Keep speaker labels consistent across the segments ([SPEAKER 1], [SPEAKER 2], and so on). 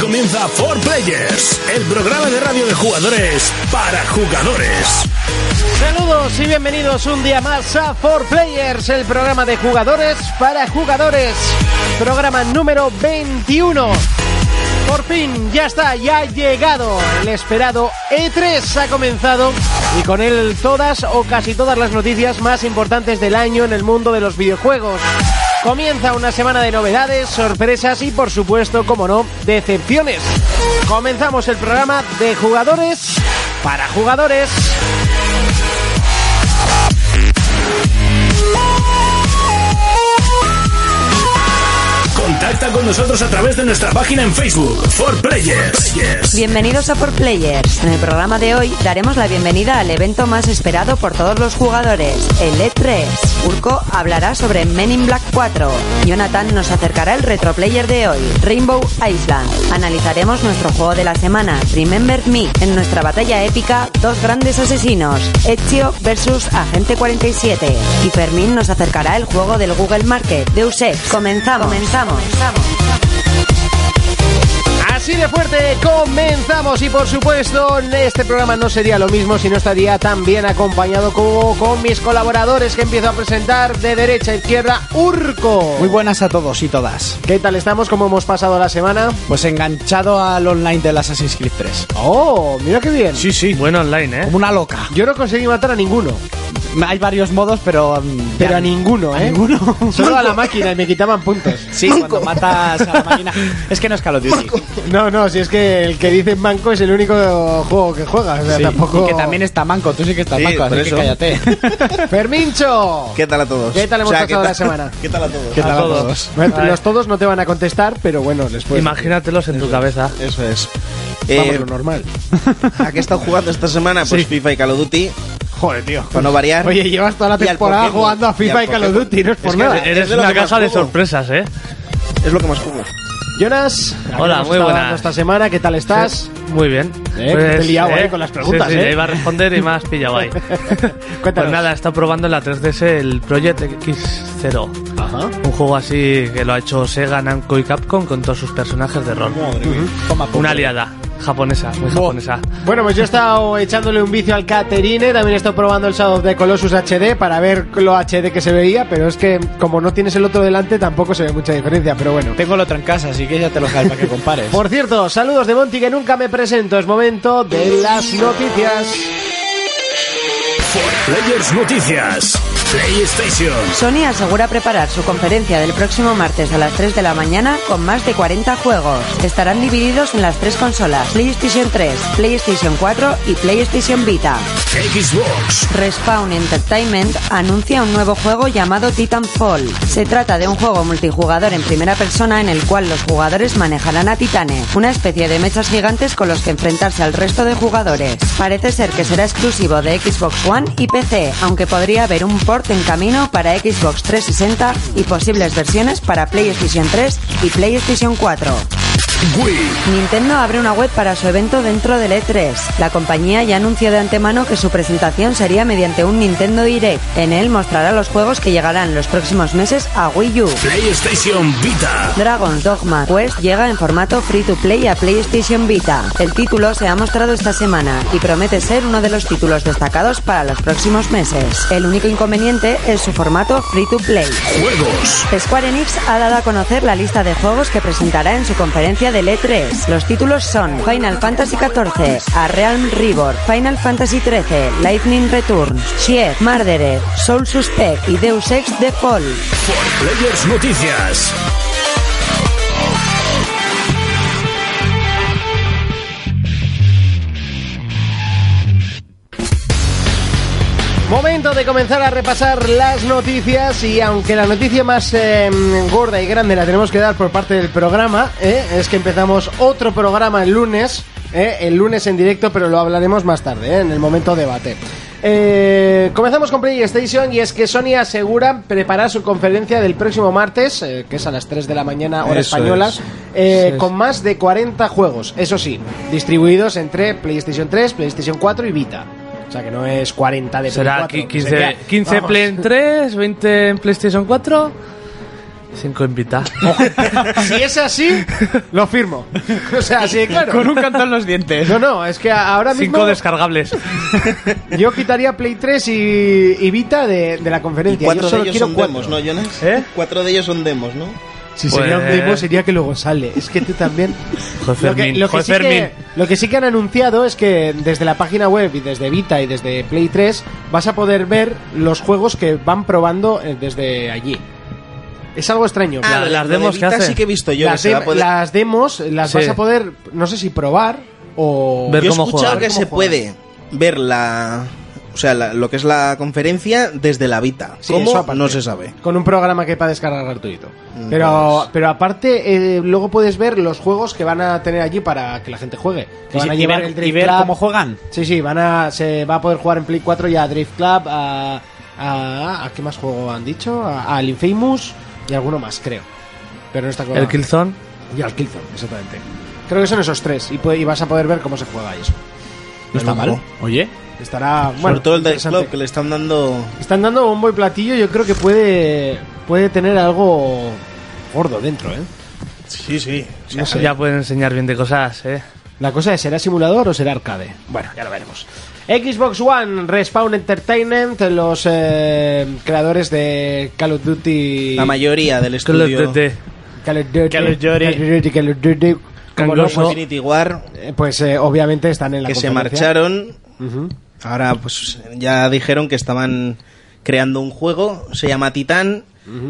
[SPEAKER 1] comienza For Players, el programa de radio de jugadores para jugadores.
[SPEAKER 2] Saludos y bienvenidos un día más a For Players, el programa de jugadores para jugadores. Programa número 21. Por fin, ya está, ya ha llegado. El esperado E3 ha comenzado y con él todas o casi todas las noticias más importantes del año en el mundo de los videojuegos. Comienza una semana de novedades, sorpresas y por supuesto, como no, decepciones. Comenzamos el programa de jugadores para jugadores.
[SPEAKER 1] Contacta con nosotros a través de nuestra página en Facebook, For Players.
[SPEAKER 3] Pues Bienvenidos a Por Players. En el programa de hoy daremos la bienvenida al evento más esperado por todos los jugadores, el E3. Urco hablará sobre Men in Black 4. Jonathan nos acercará el retroplayer de hoy, Rainbow Island. Analizaremos nuestro juego de la semana, Remember Me. En nuestra batalla épica, dos grandes asesinos, Ezio versus Agente 47. Y Fermín nos acercará el juego del Google Market, Deus Ex. Comenzamos. Comenzamos.
[SPEAKER 2] Así de fuerte, comenzamos y por supuesto este programa no sería lo mismo si no estaría tan bien acompañado como con mis colaboradores que empiezo a presentar de derecha a izquierda, Urco.
[SPEAKER 4] Muy buenas a todos y todas.
[SPEAKER 2] ¿Qué tal estamos? ¿Cómo hemos pasado la semana?
[SPEAKER 4] Pues enganchado al online del Assassin's Creed 3.
[SPEAKER 2] Oh, mira qué bien.
[SPEAKER 4] Sí, sí.
[SPEAKER 5] Bueno online, ¿eh?
[SPEAKER 4] Como una loca.
[SPEAKER 2] Yo no conseguí matar a ninguno,
[SPEAKER 4] Hay varios modos, pero. mm,
[SPEAKER 2] pero
[SPEAKER 4] ya-
[SPEAKER 2] a ninguno,
[SPEAKER 4] a
[SPEAKER 2] ¿eh?
[SPEAKER 4] ninguno.
[SPEAKER 2] Solo a la máquina y me quitaban puntos.
[SPEAKER 4] Sí, cuando matas a la máquina. Es que no es Call of Duty.
[SPEAKER 2] No, no, si es que el que dice banco es el único juego que juega, o sea,
[SPEAKER 4] Sí,
[SPEAKER 2] tampoco...
[SPEAKER 4] Y que también está manco. Tú sí que estás
[SPEAKER 6] Sí,
[SPEAKER 4] manco, así
[SPEAKER 6] por
[SPEAKER 4] que
[SPEAKER 6] eso.
[SPEAKER 4] cállate.
[SPEAKER 2] Fermincho.
[SPEAKER 6] ¿Qué tal a todos?
[SPEAKER 2] ¿Qué tal hemos pasado
[SPEAKER 6] ¿qué
[SPEAKER 2] la semana?
[SPEAKER 6] ¿Qué tal a todos?
[SPEAKER 4] ¿Qué tal a
[SPEAKER 5] todos.
[SPEAKER 4] todos?
[SPEAKER 2] Bueno, Los todos no te van a contestar, pero bueno, les puedes...
[SPEAKER 5] Imagínatelos en tu cabeza.
[SPEAKER 6] Eso es.
[SPEAKER 2] Vamos,
[SPEAKER 6] Eh,
[SPEAKER 2] lo normal.
[SPEAKER 6] ¿A qué he estado jugando esta semana? Pues FIFA y Call of Duty,
[SPEAKER 2] Joder, tío.
[SPEAKER 6] para no variar.
[SPEAKER 2] Oye, llevas toda la
[SPEAKER 6] Y al
[SPEAKER 2] temporada
[SPEAKER 6] Pokémon.
[SPEAKER 2] jugando a FIFA y,
[SPEAKER 6] al
[SPEAKER 2] Call of
[SPEAKER 6] Pokémon.
[SPEAKER 2] Duty, no es por
[SPEAKER 6] que
[SPEAKER 2] nada.
[SPEAKER 6] es de-
[SPEAKER 5] Eres
[SPEAKER 6] lo
[SPEAKER 5] una
[SPEAKER 6] que más
[SPEAKER 5] caja de
[SPEAKER 6] juego.
[SPEAKER 5] sorpresas, ¿eh?
[SPEAKER 6] Es lo que más juego.
[SPEAKER 2] Jonas, ¿a qué
[SPEAKER 5] Hola,
[SPEAKER 2] nos
[SPEAKER 5] muy
[SPEAKER 2] está
[SPEAKER 5] buenas.
[SPEAKER 2] dando esta semana, ¿qué tal estás?
[SPEAKER 5] Muy bien. Pues,
[SPEAKER 2] Eh, que te he liado, eh, con las preguntas,
[SPEAKER 5] sí, sí,
[SPEAKER 2] eh.
[SPEAKER 5] ya iba a responder y me has pillado ahí. pues
[SPEAKER 2] Cuéntanos.
[SPEAKER 5] nada, he estado probando en la 3DS el Project X0.
[SPEAKER 2] Ajá.
[SPEAKER 5] Un juego así que lo ha hecho Sega, Namco y Capcom con todos sus personajes de rol.
[SPEAKER 4] Toma,
[SPEAKER 5] Una aliada japonesa, muy japonesa.
[SPEAKER 2] Bueno, pues yo he estado echándole un vicio al Caterine, también he estado probando el Shadow of the Colossus HD para ver lo HD que se veía, pero es que como no tienes el otro delante tampoco se ve mucha diferencia, pero bueno.
[SPEAKER 4] Tengo el otro en casa, así que ya te lo dejaré para que compares.
[SPEAKER 2] Por cierto, saludos de Monty que nunca me presento, es momento de las noticias.
[SPEAKER 1] Players Noticias, PlayStation,
[SPEAKER 3] Sony asegura preparar su conferencia del próximo martes a las 3 de la mañana con más de 40 juegos. Estarán divididos en las tres consolas, PlayStation 3, PlayStation 4 y PlayStation Vita.
[SPEAKER 1] Xbox,
[SPEAKER 3] Respawn Entertainment anuncia un nuevo juego llamado Titanfall. Se trata de un juego multijugador en primera persona en el cual los jugadores manejarán a titanes, una especie de mechas gigantes con los que enfrentarse al resto de jugadores. Parece ser que será exclusivo de Xbox One y PC, aunque podría haber un port en camino para Xbox 360 y posibles versiones para PlayStation 3 y PlayStation 4.
[SPEAKER 1] Wii,
[SPEAKER 3] Nintendo abre una web para su evento dentro del E3. La compañía ya anunció de antemano que su presentación sería mediante un Nintendo Direct. En él mostrará los juegos que llegarán los próximos meses a Wii U.
[SPEAKER 1] PlayStation Vita,
[SPEAKER 3] Dragon's Dogma Quest llega en formato free to play a PlayStation Vita. El título se ha mostrado esta semana y promete ser uno de los títulos destacados para los próximos meses. El único inconveniente es su formato free to play.
[SPEAKER 1] Juegos,
[SPEAKER 3] Square Enix ha dado a conocer la lista de juegos que presentará en su conferencia del E3. Los títulos son Final Fantasy XIV, A Realm Reborn, Final Fantasy XIII, Lightning Returns, Shield, Murderer, Soul Suspect y Deus Ex The Fall.
[SPEAKER 1] Players Noticias,
[SPEAKER 2] Momento de comenzar a repasar las noticias y aunque la noticia más eh, gorda y grande la tenemos que dar por parte del programa, ¿eh? es que empezamos otro programa el lunes, ¿eh? el lunes en directo, pero lo hablaremos más tarde, ¿eh? en el momento debate. Eh, comenzamos con PlayStation y es que Sony asegura preparar su conferencia del próximo martes, eh, que es a las 3 de la mañana hora
[SPEAKER 6] Eso
[SPEAKER 2] española,
[SPEAKER 6] es.
[SPEAKER 2] eh, con más de 40 juegos, eso sí, distribuidos entre PlayStation 3, PlayStation 4 y Vita. O sea que no es 40 de
[SPEAKER 5] Será
[SPEAKER 2] Play 4,
[SPEAKER 5] 15,
[SPEAKER 2] que-
[SPEAKER 5] 15
[SPEAKER 2] vamos.
[SPEAKER 5] Play en 3, 20 en PlayStation 4 Cinco invitados.
[SPEAKER 2] Si es así, lo firmo. O sea, sí, claro.
[SPEAKER 4] Con un cantón en los dientes.
[SPEAKER 2] No, no, es que ahora mismo
[SPEAKER 5] Cinco descargables.
[SPEAKER 2] yo quitaría Play 3 y, y Vita de, de la conferencia.
[SPEAKER 6] Cuatro
[SPEAKER 2] yo
[SPEAKER 6] de
[SPEAKER 2] solo
[SPEAKER 6] ellos
[SPEAKER 2] quiero
[SPEAKER 6] son
[SPEAKER 2] cuatro.
[SPEAKER 6] demos, ¿no, Jonas?
[SPEAKER 2] ¿Eh?
[SPEAKER 6] Cuatro de ellos son demos, ¿no?
[SPEAKER 2] Si
[SPEAKER 5] Pues-
[SPEAKER 2] sería un demo, sería que luego sale. Es que tú también.
[SPEAKER 5] Joder,
[SPEAKER 2] Lo que,
[SPEAKER 5] Fermín.
[SPEAKER 2] lo que
[SPEAKER 5] Joder,
[SPEAKER 2] sí que,
[SPEAKER 5] Fermín.
[SPEAKER 2] lo que sí que han anunciado es que desde la página web y desde Vita y desde Play 3 vas a poder ver los juegos que van probando eh, desde allí. Es algo extraño. La-
[SPEAKER 5] Ah, las
[SPEAKER 6] lo de
[SPEAKER 5] demos que
[SPEAKER 6] Vita
[SPEAKER 5] hace.
[SPEAKER 6] sí que he visto yo. que
[SPEAKER 2] las,
[SPEAKER 6] se va a
[SPEAKER 2] dem-
[SPEAKER 6] poder-
[SPEAKER 2] las demos las
[SPEAKER 5] Sí.
[SPEAKER 2] vas a poder, no sé si probar o...
[SPEAKER 5] Ver
[SPEAKER 6] Yo he
[SPEAKER 5] cómo
[SPEAKER 6] escuchado
[SPEAKER 5] juega.
[SPEAKER 6] que
[SPEAKER 2] Ver cómo
[SPEAKER 6] se
[SPEAKER 2] juega.
[SPEAKER 6] puede ver la... O sea, la- lo que es la conferencia desde la Vita.
[SPEAKER 2] Sí, eso
[SPEAKER 6] ¿Cómo?
[SPEAKER 2] aparte.
[SPEAKER 6] No se sabe.
[SPEAKER 2] Con un programa que para descargar gratuito.
[SPEAKER 6] Mm,
[SPEAKER 2] Pero,
[SPEAKER 6] pues.
[SPEAKER 2] pero aparte, eh, luego puedes ver los juegos que van a tener allí para que la gente juegue. Que
[SPEAKER 4] Y,
[SPEAKER 2] van a
[SPEAKER 4] si- y
[SPEAKER 2] llevar
[SPEAKER 4] ver-
[SPEAKER 2] el Drift
[SPEAKER 4] y ver
[SPEAKER 2] Club.
[SPEAKER 4] cómo juegan.
[SPEAKER 2] Sí, sí, van a, se va a poder jugar en Play 4 ya a Drift Club, a, a, a- ¿qué más juego han dicho? A- Al Infamous y alguno más, creo. Pero no está claro.
[SPEAKER 5] El Killzone.
[SPEAKER 2] Y al Killzone, exactamente. Creo que son esos tres y, pu- y vas a poder ver cómo se juega y eso.
[SPEAKER 4] No está mal. Oye.
[SPEAKER 2] Estará, bueno,
[SPEAKER 6] Sobre todo el Dice
[SPEAKER 2] interesante.
[SPEAKER 6] Club, que le están dando...
[SPEAKER 2] Están dando bombo y platillo, yo creo que puede, puede tener algo gordo dentro, ¿eh?
[SPEAKER 6] Sí, sí.
[SPEAKER 2] No sé.
[SPEAKER 5] Ya pueden enseñar bien de cosas, ¿eh?
[SPEAKER 2] La cosa es, ¿será simulador o será arcade? Bueno, ya lo veremos. Xbox One, Respawn Entertainment, los eh, creadores de Call of Duty...
[SPEAKER 6] La mayoría del
[SPEAKER 5] Call of
[SPEAKER 6] estudio...
[SPEAKER 5] Duty.
[SPEAKER 2] Call of Duty...
[SPEAKER 5] Call of
[SPEAKER 2] Call
[SPEAKER 5] Duty.
[SPEAKER 2] of Duty, Call of Duty, como no,
[SPEAKER 5] Gangoso.
[SPEAKER 2] pues,
[SPEAKER 6] Infinity War,
[SPEAKER 2] eh, pues eh, obviamente están en la
[SPEAKER 6] que se
[SPEAKER 2] conferencia.
[SPEAKER 6] marcharon.
[SPEAKER 2] Ujú.
[SPEAKER 6] Ahora pues ya dijeron que estaban creando un juego, se llama Titán,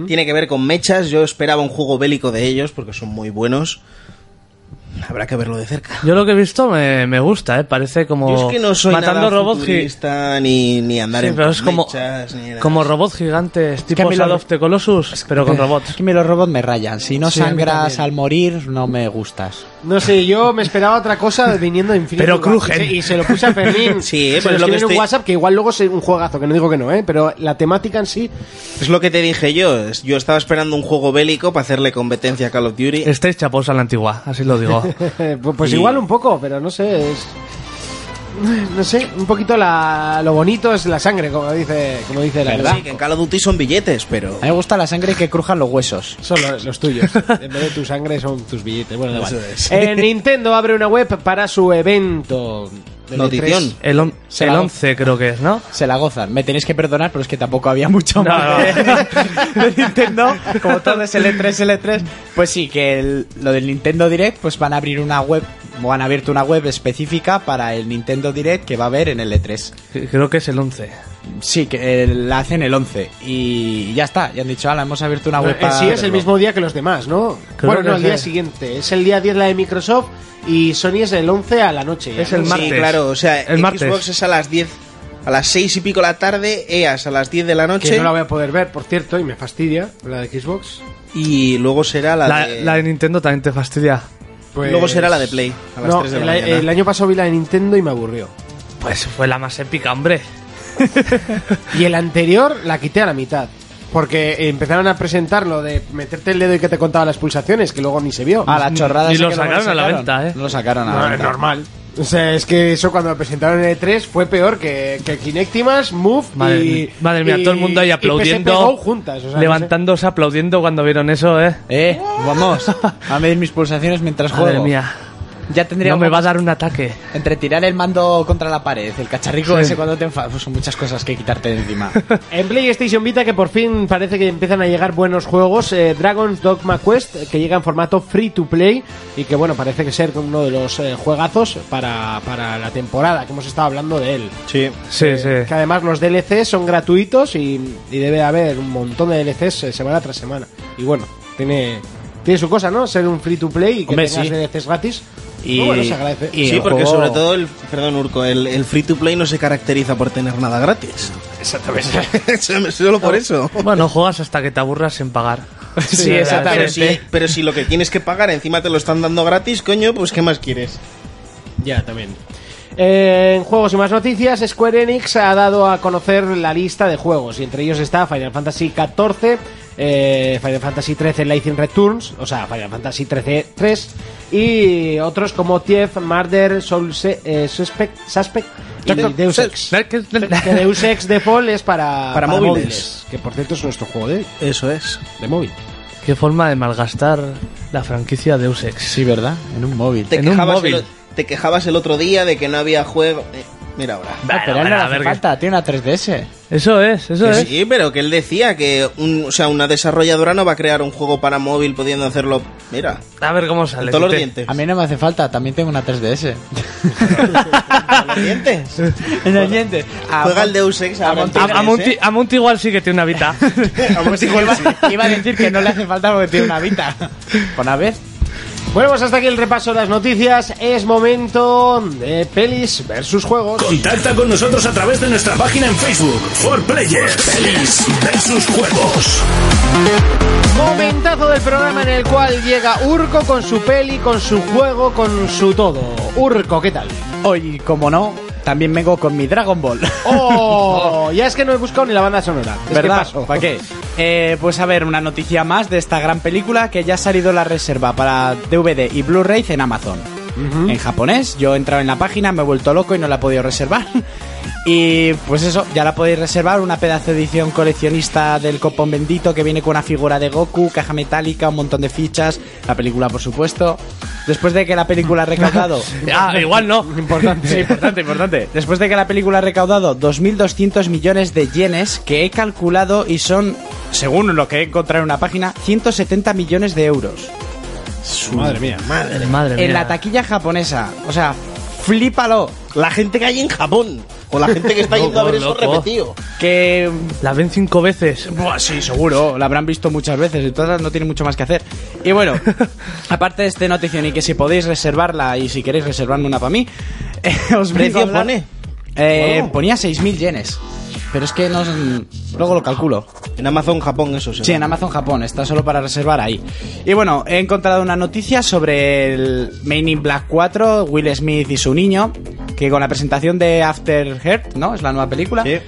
[SPEAKER 6] tiene que ver con mechas, yo esperaba un juego bélico de ellos porque son muy buenos. Habrá que verlo de cerca.
[SPEAKER 5] Yo lo que he visto me, me gusta, ¿eh? Parece como.
[SPEAKER 6] Yo es que no soy
[SPEAKER 5] matando
[SPEAKER 6] nada
[SPEAKER 5] robots gi-
[SPEAKER 6] futurista, ni, ni andar
[SPEAKER 5] Sí,
[SPEAKER 6] en
[SPEAKER 5] pero es como,
[SPEAKER 6] mechas, ni nada.
[SPEAKER 5] como robots gigantes, tipo
[SPEAKER 4] a mí lo-
[SPEAKER 5] Shadow of the Colossus, pero con
[SPEAKER 4] Es
[SPEAKER 5] robots.
[SPEAKER 4] que me los robots me rayan. Si no
[SPEAKER 2] Sí, a mí
[SPEAKER 4] sangras
[SPEAKER 2] también.
[SPEAKER 4] al morir, no me gustas.
[SPEAKER 2] No sé, yo me esperaba otra cosa viniendo de Infinity
[SPEAKER 5] Pero
[SPEAKER 2] War.
[SPEAKER 5] crujen.
[SPEAKER 2] Y se- Y se lo puse a Fermín.
[SPEAKER 6] Sí,
[SPEAKER 2] se
[SPEAKER 6] pero es
[SPEAKER 2] lo
[SPEAKER 6] lo
[SPEAKER 2] escribí
[SPEAKER 6] que
[SPEAKER 2] en un
[SPEAKER 6] estoy-
[SPEAKER 2] WhatsApp que igual luego es un juegazo, que no digo que no, ¿eh? Pero la temática en sí...
[SPEAKER 6] Es lo que te dije yo, es- yo estaba esperando un juego bélico para hacerle competencia a Call of Duty.
[SPEAKER 5] Estáis chapos a la antigua, así lo digo.
[SPEAKER 2] Pues- pues
[SPEAKER 6] Y-
[SPEAKER 2] igual un poco, pero no sé, es... No sé, un poquito la, lo bonito es la sangre, como dice, como dice la verdad.
[SPEAKER 6] Sí, que en Call of Duty son billetes, pero...
[SPEAKER 4] A mí me gusta la sangre que crujan los huesos.
[SPEAKER 2] Son lo- los, tuyos. En vez de tu sangre son tus billetes. Bueno, da igual.
[SPEAKER 6] Eso es.
[SPEAKER 2] Eh, Nintendo abre una web para su evento. del
[SPEAKER 6] Notición.
[SPEAKER 2] E3.
[SPEAKER 5] El, on-
[SPEAKER 4] Se
[SPEAKER 5] el
[SPEAKER 4] la-
[SPEAKER 5] 11 creo que es, ¿no?
[SPEAKER 4] Se la gozan. Me tenéis que perdonar, pero es que tampoco había mucho
[SPEAKER 5] No,
[SPEAKER 4] más de-
[SPEAKER 5] no.
[SPEAKER 4] de Nintendo. Como todo es L3, L3. Pues sí, que el- lo del Nintendo Direct, pues van a abrir una web, o han abierto una web específica para el Nintendo Direct que va a haber en L3.
[SPEAKER 5] Creo que es el 11.
[SPEAKER 4] Sí, que eh, la hacen el 11. Y ya está, ya han dicho, ala, hemos abierto una web
[SPEAKER 5] eh,
[SPEAKER 2] En
[SPEAKER 4] para...
[SPEAKER 2] eh, sí es el
[SPEAKER 4] verlo".
[SPEAKER 2] mismo día que los demás, ¿no?
[SPEAKER 5] Creo
[SPEAKER 2] bueno,
[SPEAKER 5] que
[SPEAKER 2] no, el
[SPEAKER 5] sí.
[SPEAKER 2] día siguiente. Es el día 10 la de Microsoft y Sony es el 11 a la noche. ya,
[SPEAKER 5] Es
[SPEAKER 2] ¿no?
[SPEAKER 5] el
[SPEAKER 6] Sí,
[SPEAKER 5] martes.
[SPEAKER 6] claro, o sea,
[SPEAKER 5] El
[SPEAKER 6] Xbox
[SPEAKER 5] martes.
[SPEAKER 6] es a las 10, a las 6 y pico la tarde, EAS a las 10 de la
[SPEAKER 2] Que
[SPEAKER 6] noche.
[SPEAKER 2] no la voy a poder ver, por cierto, y me fastidia la de Xbox.
[SPEAKER 6] Y luego será la,
[SPEAKER 5] La,
[SPEAKER 6] de...
[SPEAKER 5] la de Nintendo también te fastidia.
[SPEAKER 2] Pues-
[SPEAKER 6] Luego será la de Play, a las
[SPEAKER 2] No,
[SPEAKER 6] 3 de la
[SPEAKER 2] el-
[SPEAKER 6] mañana.
[SPEAKER 2] el año pasado vi la de Nintendo y me aburrió.
[SPEAKER 5] Pues fue la más épica, hombre.
[SPEAKER 2] Y el anterior la quité a la mitad. Porque empezaron a presentar lo de meterte el dedo y que te contaba las pulsaciones, que luego ni se vio.
[SPEAKER 4] A Ah, la chorrada
[SPEAKER 5] Y
[SPEAKER 4] esa
[SPEAKER 5] lo
[SPEAKER 4] que no
[SPEAKER 5] sacaron a la venta, ¿eh?
[SPEAKER 4] No lo sacaron a la
[SPEAKER 2] No, es
[SPEAKER 4] venta.
[SPEAKER 2] normal. O sea, es que eso cuando lo presentaron en E3 fue peor que, que Kinectimas, Move
[SPEAKER 5] Madre,
[SPEAKER 2] y.
[SPEAKER 5] madre mía,
[SPEAKER 2] y-
[SPEAKER 5] todo el mundo ahí
[SPEAKER 2] y PSP
[SPEAKER 5] aplaudiendo.
[SPEAKER 2] Go juntas. o sea,
[SPEAKER 5] levantándose, aplaudiendo cuando vieron eso, ¿eh?
[SPEAKER 4] Eh, vamos, a medir mis pulsaciones mientras
[SPEAKER 5] Madre
[SPEAKER 4] juego.
[SPEAKER 5] mía.
[SPEAKER 4] Ya tendría
[SPEAKER 5] No me
[SPEAKER 4] algo
[SPEAKER 5] va a dar un ataque.
[SPEAKER 4] Entre tirar el mando contra la pared, el cacharrico
[SPEAKER 5] Sí.
[SPEAKER 4] ese cuando te enfadas, pues son muchas cosas que quitarte de encima.
[SPEAKER 2] no sé. En PlayStation Vita, que por fin parece que empiezan a llegar buenos juegos, eh, Dragon's Dogma Quest, eh, que llega en formato free to play y que, bueno, parece que ser uno de los eh, juegazos para, para la temporada, que hemos estado hablando de él.
[SPEAKER 6] Sí.
[SPEAKER 5] Sí, sí.
[SPEAKER 2] Que además los DLCs son gratuitos y, y debe haber un montón de DLCs eh, semana tras semana. Y bueno, tiene, tiene su cosa, ¿no? Ser un free to play y que
[SPEAKER 4] Hombre,
[SPEAKER 2] tengas
[SPEAKER 4] sí.
[SPEAKER 2] DLCs gratis.
[SPEAKER 4] Y-
[SPEAKER 2] Pues bueno, se agradece.
[SPEAKER 4] y-
[SPEAKER 6] Sí,
[SPEAKER 4] el
[SPEAKER 6] porque
[SPEAKER 4] juego-
[SPEAKER 6] sobre todo el, perdón Urco, el, el free to play no se caracteriza por tener nada gratis. Exactamente. Solo por eso.
[SPEAKER 5] Bueno, juegas hasta que te aburras sin pagar.
[SPEAKER 4] Sí,
[SPEAKER 5] Sí,
[SPEAKER 4] exactamente.
[SPEAKER 6] Pero si, pero si lo que tienes que pagar encima te lo están dando gratis, coño, pues ¿qué más quieres?
[SPEAKER 2] Ya, también. Eh, en juegos y más noticias, Square Enix ha dado a conocer la lista de juegos y entre ellos está Final Fantasy XIV, eh, Final Fantasy XIII Lightning Returns, o sea, Final Fantasy XIII 3 y otros como Tief, Murder, Soul Se- eh, Suspect, Suspect y
[SPEAKER 6] Jacob,
[SPEAKER 2] Deus Ex.
[SPEAKER 6] Sex.
[SPEAKER 2] Que Deus Ex Default es para,
[SPEAKER 6] Para móviles.
[SPEAKER 2] que por cierto es nuestro juego de,
[SPEAKER 6] Eso es.
[SPEAKER 2] de móvil.
[SPEAKER 5] Qué forma de malgastar la franquicia Deus Ex.
[SPEAKER 4] Sí, ¿verdad? En un móvil.
[SPEAKER 6] Te
[SPEAKER 5] En un
[SPEAKER 6] quejabas,
[SPEAKER 5] móvil.
[SPEAKER 6] el, o- te quejabas el otro día de que no había juego. Eh, mira ahora.
[SPEAKER 5] Bueno,
[SPEAKER 4] Ah, pero a él
[SPEAKER 5] bueno,
[SPEAKER 4] no le
[SPEAKER 5] a
[SPEAKER 4] hace
[SPEAKER 5] ver,
[SPEAKER 4] falta, tiene una 3DS.
[SPEAKER 5] Eso es, eso
[SPEAKER 6] Que
[SPEAKER 5] es.
[SPEAKER 6] sí, pero que él decía que un- o sea, una desarrolladora no va a crear un juego para móvil pudiendo hacerlo. Mira,
[SPEAKER 5] A ver cómo sale.
[SPEAKER 6] con todos los
[SPEAKER 5] Te-
[SPEAKER 6] dientes.
[SPEAKER 4] A mí no me hace falta, también tengo una 3DS.
[SPEAKER 6] Con los dientes.
[SPEAKER 4] en el diente. A-
[SPEAKER 6] Juega el Deus Ex ahora en
[SPEAKER 5] A, a Monty,
[SPEAKER 4] ¿eh?
[SPEAKER 6] TNS.
[SPEAKER 5] a Monty igual sí que tiene una vida.
[SPEAKER 4] Pues iba, iba a decir que no le hace falta porque tiene una Vita. Con a ver.
[SPEAKER 2] Bueno, pues hasta aquí el repaso de las noticias. Es momento de pelis versus juegos.
[SPEAKER 1] Contacta con nosotros a través de nuestra página en Facebook, For Players, Pelis versus Juegos.
[SPEAKER 2] Momentazo del programa en el cual llega Urco con su peli, con su juego, con su todo. Urco, ¿qué tal?
[SPEAKER 4] Hoy, como no, también vengo con mi Dragon Ball.
[SPEAKER 2] ¡Oh! ya es que no he buscado ni la banda sonora. Es que
[SPEAKER 4] ¿Verdad?
[SPEAKER 2] paso.
[SPEAKER 4] ¿Para qué? Eh, pues a ver, una noticia más de esta gran película que ya ha salido la reserva para DVD y Blu-ray en Amazon. En japonés, yo he entrado en la página, me he vuelto loco y no la he podido reservar. Y pues eso, ya la podéis reservar, una pedazo de edición coleccionista del copón bendito que viene con una figura de Goku, caja metálica, un montón de fichas, la película por supuesto. Después de que la película ha recaudado
[SPEAKER 5] ah, igual no.
[SPEAKER 4] Importante.
[SPEAKER 5] Sí, importante, importante.
[SPEAKER 4] Después de que la película ha recaudado 2.200 millones de yenes, que he calculado y son, según lo que he encontrado en una página, 170 millones de euros.
[SPEAKER 2] Madre mía.
[SPEAKER 5] Madre mía.
[SPEAKER 4] En la taquilla japonesa. O sea, flípalo.
[SPEAKER 6] La gente que hay en Japón. O la gente que está yendo a ver eso
[SPEAKER 5] Loco.
[SPEAKER 6] repetido.
[SPEAKER 4] Que...
[SPEAKER 5] La ven cinco veces.
[SPEAKER 4] Buah, sí, seguro, la habrán visto muchas veces, entonces no tiene mucho más que hacer. Y bueno, aparte de este notición y que si podéis reservarla y si queréis reservarme una para mí, eh, os vengo a
[SPEAKER 6] ¿Precio
[SPEAKER 4] hablar-
[SPEAKER 6] pone?
[SPEAKER 4] Eh,
[SPEAKER 6] Wow.
[SPEAKER 4] Ponía 6.000 yenes, pero es que no... Luego lo calculo.
[SPEAKER 6] En Amazon Japón eso se
[SPEAKER 4] Sí,
[SPEAKER 6] da.
[SPEAKER 4] en Amazon Japón, está solo para reservar ahí. Y bueno, he encontrado una noticia sobre el Main in Black 4, Will Smith y su niño, que con la presentación de After Earth, ¿no? Es la nueva película.
[SPEAKER 6] Sí.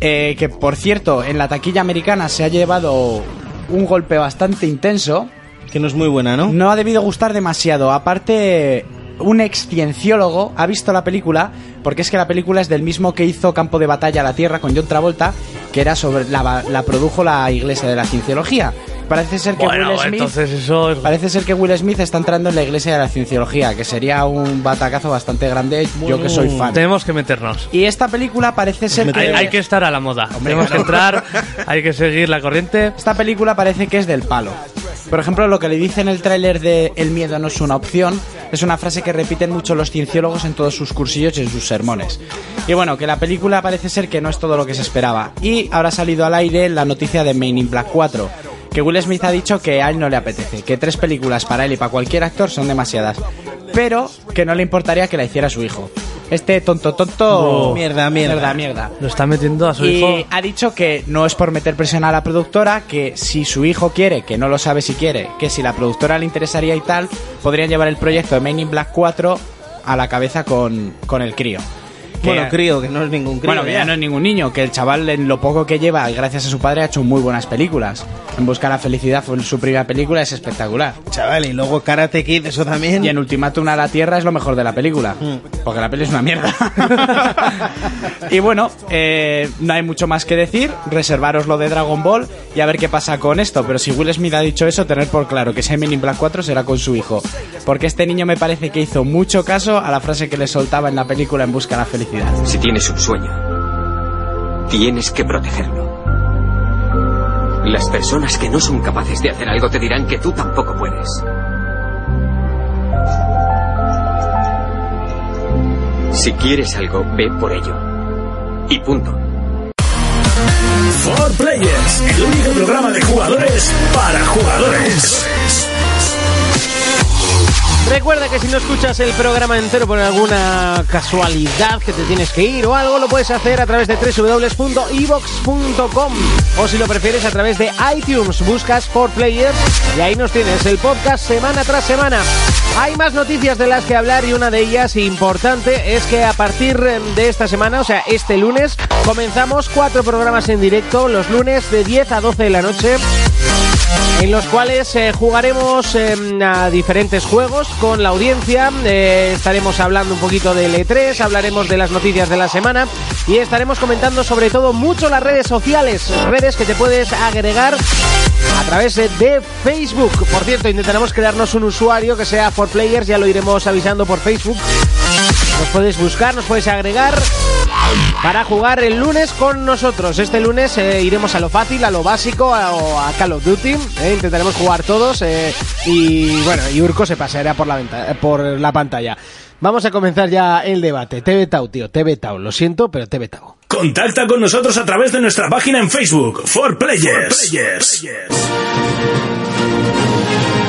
[SPEAKER 4] Eh, que por cierto, en la taquilla americana se ha llevado un golpe bastante intenso.
[SPEAKER 6] Que no es muy buena, ¿no?
[SPEAKER 4] No ha debido gustar demasiado. Aparte, un ex cienciólogo ha visto la película, porque es que la película es del mismo que hizo Campo de Batalla a la Tierra con John Travolta, que era sobre la, la produjo la Iglesia de la Cienciología. Parece ser que
[SPEAKER 5] Bueno,
[SPEAKER 4] Will Smith.
[SPEAKER 5] entonces eso es...
[SPEAKER 4] Parece ser que Will Smith está entrando en la iglesia de la cienciología, que sería un batacazo bastante grande, yo que soy fan.
[SPEAKER 5] Tenemos que meternos.
[SPEAKER 4] Y esta película parece ser
[SPEAKER 5] Hay, hay que estar a la moda. Tenemos que entrar, hay que seguir la corriente.
[SPEAKER 4] Esta película parece que es del palo. Por ejemplo, lo que le dice en el tráiler de El miedo no es una opción es una frase que repiten mucho los cienciólogos en todos sus cursillos y en sus sermones. Y bueno, que la película parece ser que no es todo lo que se esperaba. Y ahora ha salido al aire la noticia de Main in Black 4, que Will Smith ha dicho que a él no le apetece, que tres películas para él y para cualquier actor son demasiadas, pero que no le importaría que la hiciera su hijo. Este tonto tonto...
[SPEAKER 6] Oh. Mierda, mierda.
[SPEAKER 4] Mierda, mierda.
[SPEAKER 5] Lo está metiendo a su
[SPEAKER 4] Y
[SPEAKER 5] hijo.
[SPEAKER 4] ha dicho que no es por meter presión a la productora, que si su hijo quiere, que no lo sabe si quiere, que si la productora le interesaría y tal, podrían llevar el proyecto de Men in Black 4 a la cabeza con, con el crío. Que-
[SPEAKER 6] Bueno, crío, que no es ningún crío.
[SPEAKER 4] bueno, que ya no es ningún niño, que el chaval en lo poco que lleva, y gracias a su padre, ha hecho muy buenas películas. En Busca la Felicidad fue su primera película, es espectacular.
[SPEAKER 6] Chaval, y luego Karate Kid, eso también.
[SPEAKER 4] Y en Ultimátum a la Tierra es lo mejor de la película. Porque la peli es una mierda. y bueno, eh, no hay mucho más que decir. Reservaros lo de Dragon Ball y a ver qué pasa con esto. Pero si Will Smith ha dicho eso, tener por claro que ese Men in Black 4 será con su hijo. Porque este niño me parece que hizo mucho caso a la frase que le soltaba en la película En Busca de la Felicidad.
[SPEAKER 7] Si tienes un sueño, tienes que protegerlo. Las personas que no son capaces de hacer algo te dirán que tú tampoco puedes. Si quieres algo, ve por ello. Y punto.
[SPEAKER 1] For Players, el único programa de jugadores para jugadores.
[SPEAKER 2] Recuerda que si no escuchas el programa entero por alguna casualidad que te tienes que ir o algo, lo puedes hacer a través de www.evox.com o si lo prefieres a través de iTunes. Buscas For Players y ahí nos tienes el podcast semana tras semana. Hay más noticias de las que hablar y una de ellas importante es que a partir de esta semana, o sea, este lunes, comenzamos cuatro programas en directo los lunes de 10 a 12 de la noche en los cuales eh, jugaremos eh, a diferentes juegos con la audiencia. Eh, estaremos hablando un poquito del E3, hablaremos de las noticias de la semana y estaremos comentando sobre todo mucho las redes sociales, redes que te puedes agregar a través de- de Facebook. Por cierto, intentaremos crearnos un usuario que sea for players, ya lo iremos avisando por Facebook. Nos puedes buscar, nos puedes agregar para jugar el lunes con nosotros. Este lunes eh, iremos a lo fácil, a lo básico, a, o a Call of Duty. eh, intentaremos jugar todos eh, y bueno, y Urco se paseará por la, venta- eh, por la pantalla. Vamos a comenzar ya el debate. Te he vetado, tío, te he vetado. Lo siento, pero te he vetado.
[SPEAKER 1] Contacta con nosotros a través de nuestra página en Facebook, For Players.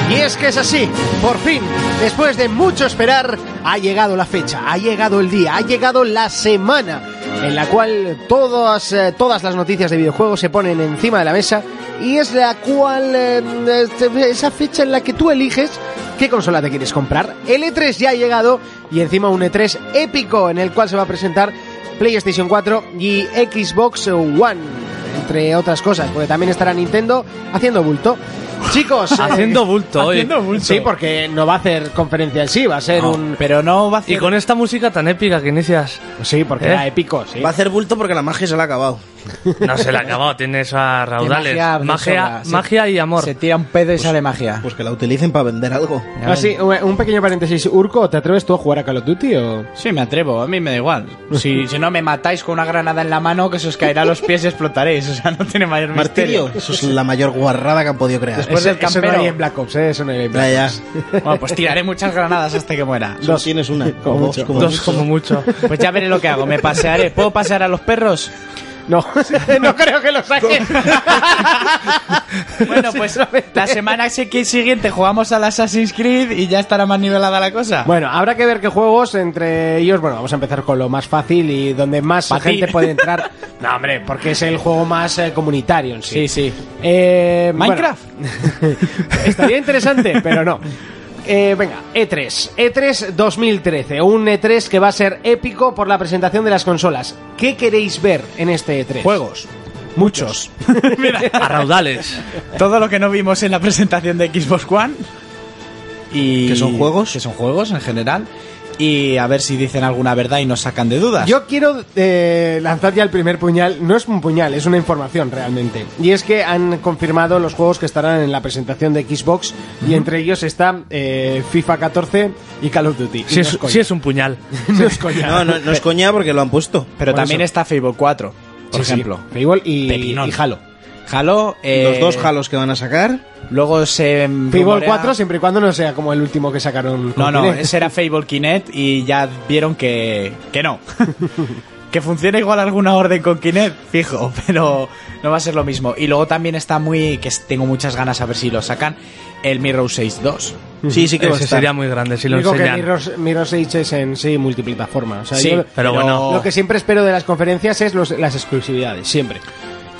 [SPEAKER 2] Y es que es así, por fin, después de mucho esperar, ha llegado la fecha, ha llegado el día, ha llegado la semana en la cual todas, eh, todas las noticias de videojuegos se ponen encima de la mesa y es la cual, eh, este- esa fecha en la que tú eliges qué consola te quieres comprar. El E3 ya ha llegado y encima un E3 épico en el cual se va a presentar PlayStation 4 y Xbox One. Entre otras cosas, porque también estará Nintendo haciendo bulto. Chicos, eh,
[SPEAKER 5] Haciendo bulto hoy.
[SPEAKER 4] Haciendo bulto.
[SPEAKER 2] Sí, porque no va a hacer conferencia en sí, va a ser un...
[SPEAKER 4] Pero no va a
[SPEAKER 5] Y
[SPEAKER 4] hacer...
[SPEAKER 5] con esta música tan épica que inicias,
[SPEAKER 2] Sí, porque
[SPEAKER 5] ¿Eh?
[SPEAKER 2] era épico, sí.
[SPEAKER 6] Va a hacer bulto porque la magia se la ha acabado.
[SPEAKER 5] no se la ha acabado, tienes a raudales.
[SPEAKER 4] magia
[SPEAKER 5] Magia,
[SPEAKER 4] abrumadora,
[SPEAKER 5] magia,
[SPEAKER 4] sí.
[SPEAKER 5] y amor.
[SPEAKER 4] Se tira un pedo y sale magia.
[SPEAKER 6] Pues que la utilicen para vender algo.
[SPEAKER 4] Ya
[SPEAKER 2] Ah,
[SPEAKER 4] ves.
[SPEAKER 2] sí, un un pequeño paréntesis. Urco, ¿te atreves tú a jugar a Call of Duty o...?
[SPEAKER 4] Sí, me atrevo, a mí me da igual. Si, si no me matáis con una granada en la mano, que se os caerá a los pies y explotaréis. O sea, no tiene mayor
[SPEAKER 6] Martirio,
[SPEAKER 4] misterio.
[SPEAKER 6] eso es la mayor guarrada que han podido crear.
[SPEAKER 4] Después
[SPEAKER 2] Eso-
[SPEAKER 4] del
[SPEAKER 2] eso no
[SPEAKER 4] campero.
[SPEAKER 2] hay en Black Ops, ¿eh? Eso no hay en Black
[SPEAKER 6] Ya, ya.
[SPEAKER 4] Bueno, pues tiraré muchas granadas hasta que muera.
[SPEAKER 6] Solo tienes una. o
[SPEAKER 2] Como
[SPEAKER 6] dos,
[SPEAKER 2] mucho.
[SPEAKER 6] como
[SPEAKER 5] Dos
[SPEAKER 6] mucho.
[SPEAKER 5] como mucho.
[SPEAKER 4] Pues ya veré lo que hago, me pasearé. ¿Puedo pasear a los perros?
[SPEAKER 2] Ops. No, no creo que lo saquen.
[SPEAKER 4] Bueno, pues la semana que- siguiente jugamos al Assassin's Creed y ya estará más nivelada la cosa.
[SPEAKER 2] bueno, habrá que ver qué juegos entre ellos... Bueno, vamos a empezar con lo más fácil y donde más
[SPEAKER 4] Pa' ti.
[SPEAKER 2] gente puede entrar. No, hombre, porque es el juego más eh, comunitario en
[SPEAKER 4] sí, sí.
[SPEAKER 2] Eh,
[SPEAKER 4] ¿Minecraft?
[SPEAKER 2] bueno, estaría interesante, pero no. Eh, venga, E E3. E3 2013. Un E3 que va a ser épico por la presentación de las consolas. ¿Qué queréis ver en este E3?
[SPEAKER 4] Juegos.
[SPEAKER 2] Muchos.
[SPEAKER 5] A raudales.
[SPEAKER 4] Todo lo que no vimos en la presentación de Xbox One. Y
[SPEAKER 6] ¿Que son juegos?
[SPEAKER 4] Que son juegos en general. Y a ver si dicen alguna verdad y nos sacan de dudas.
[SPEAKER 2] Yo quiero eh, lanzar ya el primer puñal. No es un puñal, es una información realmente. Y es que han confirmado los juegos que estarán en la presentación de Xbox. Y entre ellos está eh, FIFA 14 y Call of Duty.
[SPEAKER 5] Si
[SPEAKER 2] Y no
[SPEAKER 5] es,
[SPEAKER 2] coña.
[SPEAKER 5] si es un puñal.
[SPEAKER 2] No es coña.
[SPEAKER 6] No, no, no es coña porque lo han puesto.
[SPEAKER 4] Pero
[SPEAKER 2] Por
[SPEAKER 4] también
[SPEAKER 2] eso.
[SPEAKER 4] está Fable 4, por
[SPEAKER 2] Sí, sí.
[SPEAKER 4] ejemplo.
[SPEAKER 2] Fable y,
[SPEAKER 4] Pepinón.
[SPEAKER 2] y Halo.
[SPEAKER 4] Halo, eh,
[SPEAKER 6] Los dos jalos que van a sacar.
[SPEAKER 4] Luego se. mm,
[SPEAKER 2] Fable
[SPEAKER 4] rumorea-
[SPEAKER 2] 4 siempre y cuando no sea como el último que sacaron. con
[SPEAKER 4] No, no,
[SPEAKER 2] Kinect.
[SPEAKER 4] ese era Fable Kinect y ya vieron que, que no. que funciona igual alguna orden con Kinect, fijo, pero no va a ser lo mismo. Y luego también está muy. que tengo muchas ganas a ver si lo sacan, el Mirror 6-2.
[SPEAKER 6] Sí, sí que va a
[SPEAKER 5] Ese
[SPEAKER 6] estar.
[SPEAKER 5] sería muy grande si lo
[SPEAKER 2] Digo que
[SPEAKER 5] enseñan.
[SPEAKER 2] Mirror, Mirror Edge es en sí multiplataforma. O sea,
[SPEAKER 4] Sí,
[SPEAKER 2] yo-
[SPEAKER 5] pero bueno.
[SPEAKER 2] Lo que siempre espero de las conferencias es los- las exclusividades, siempre.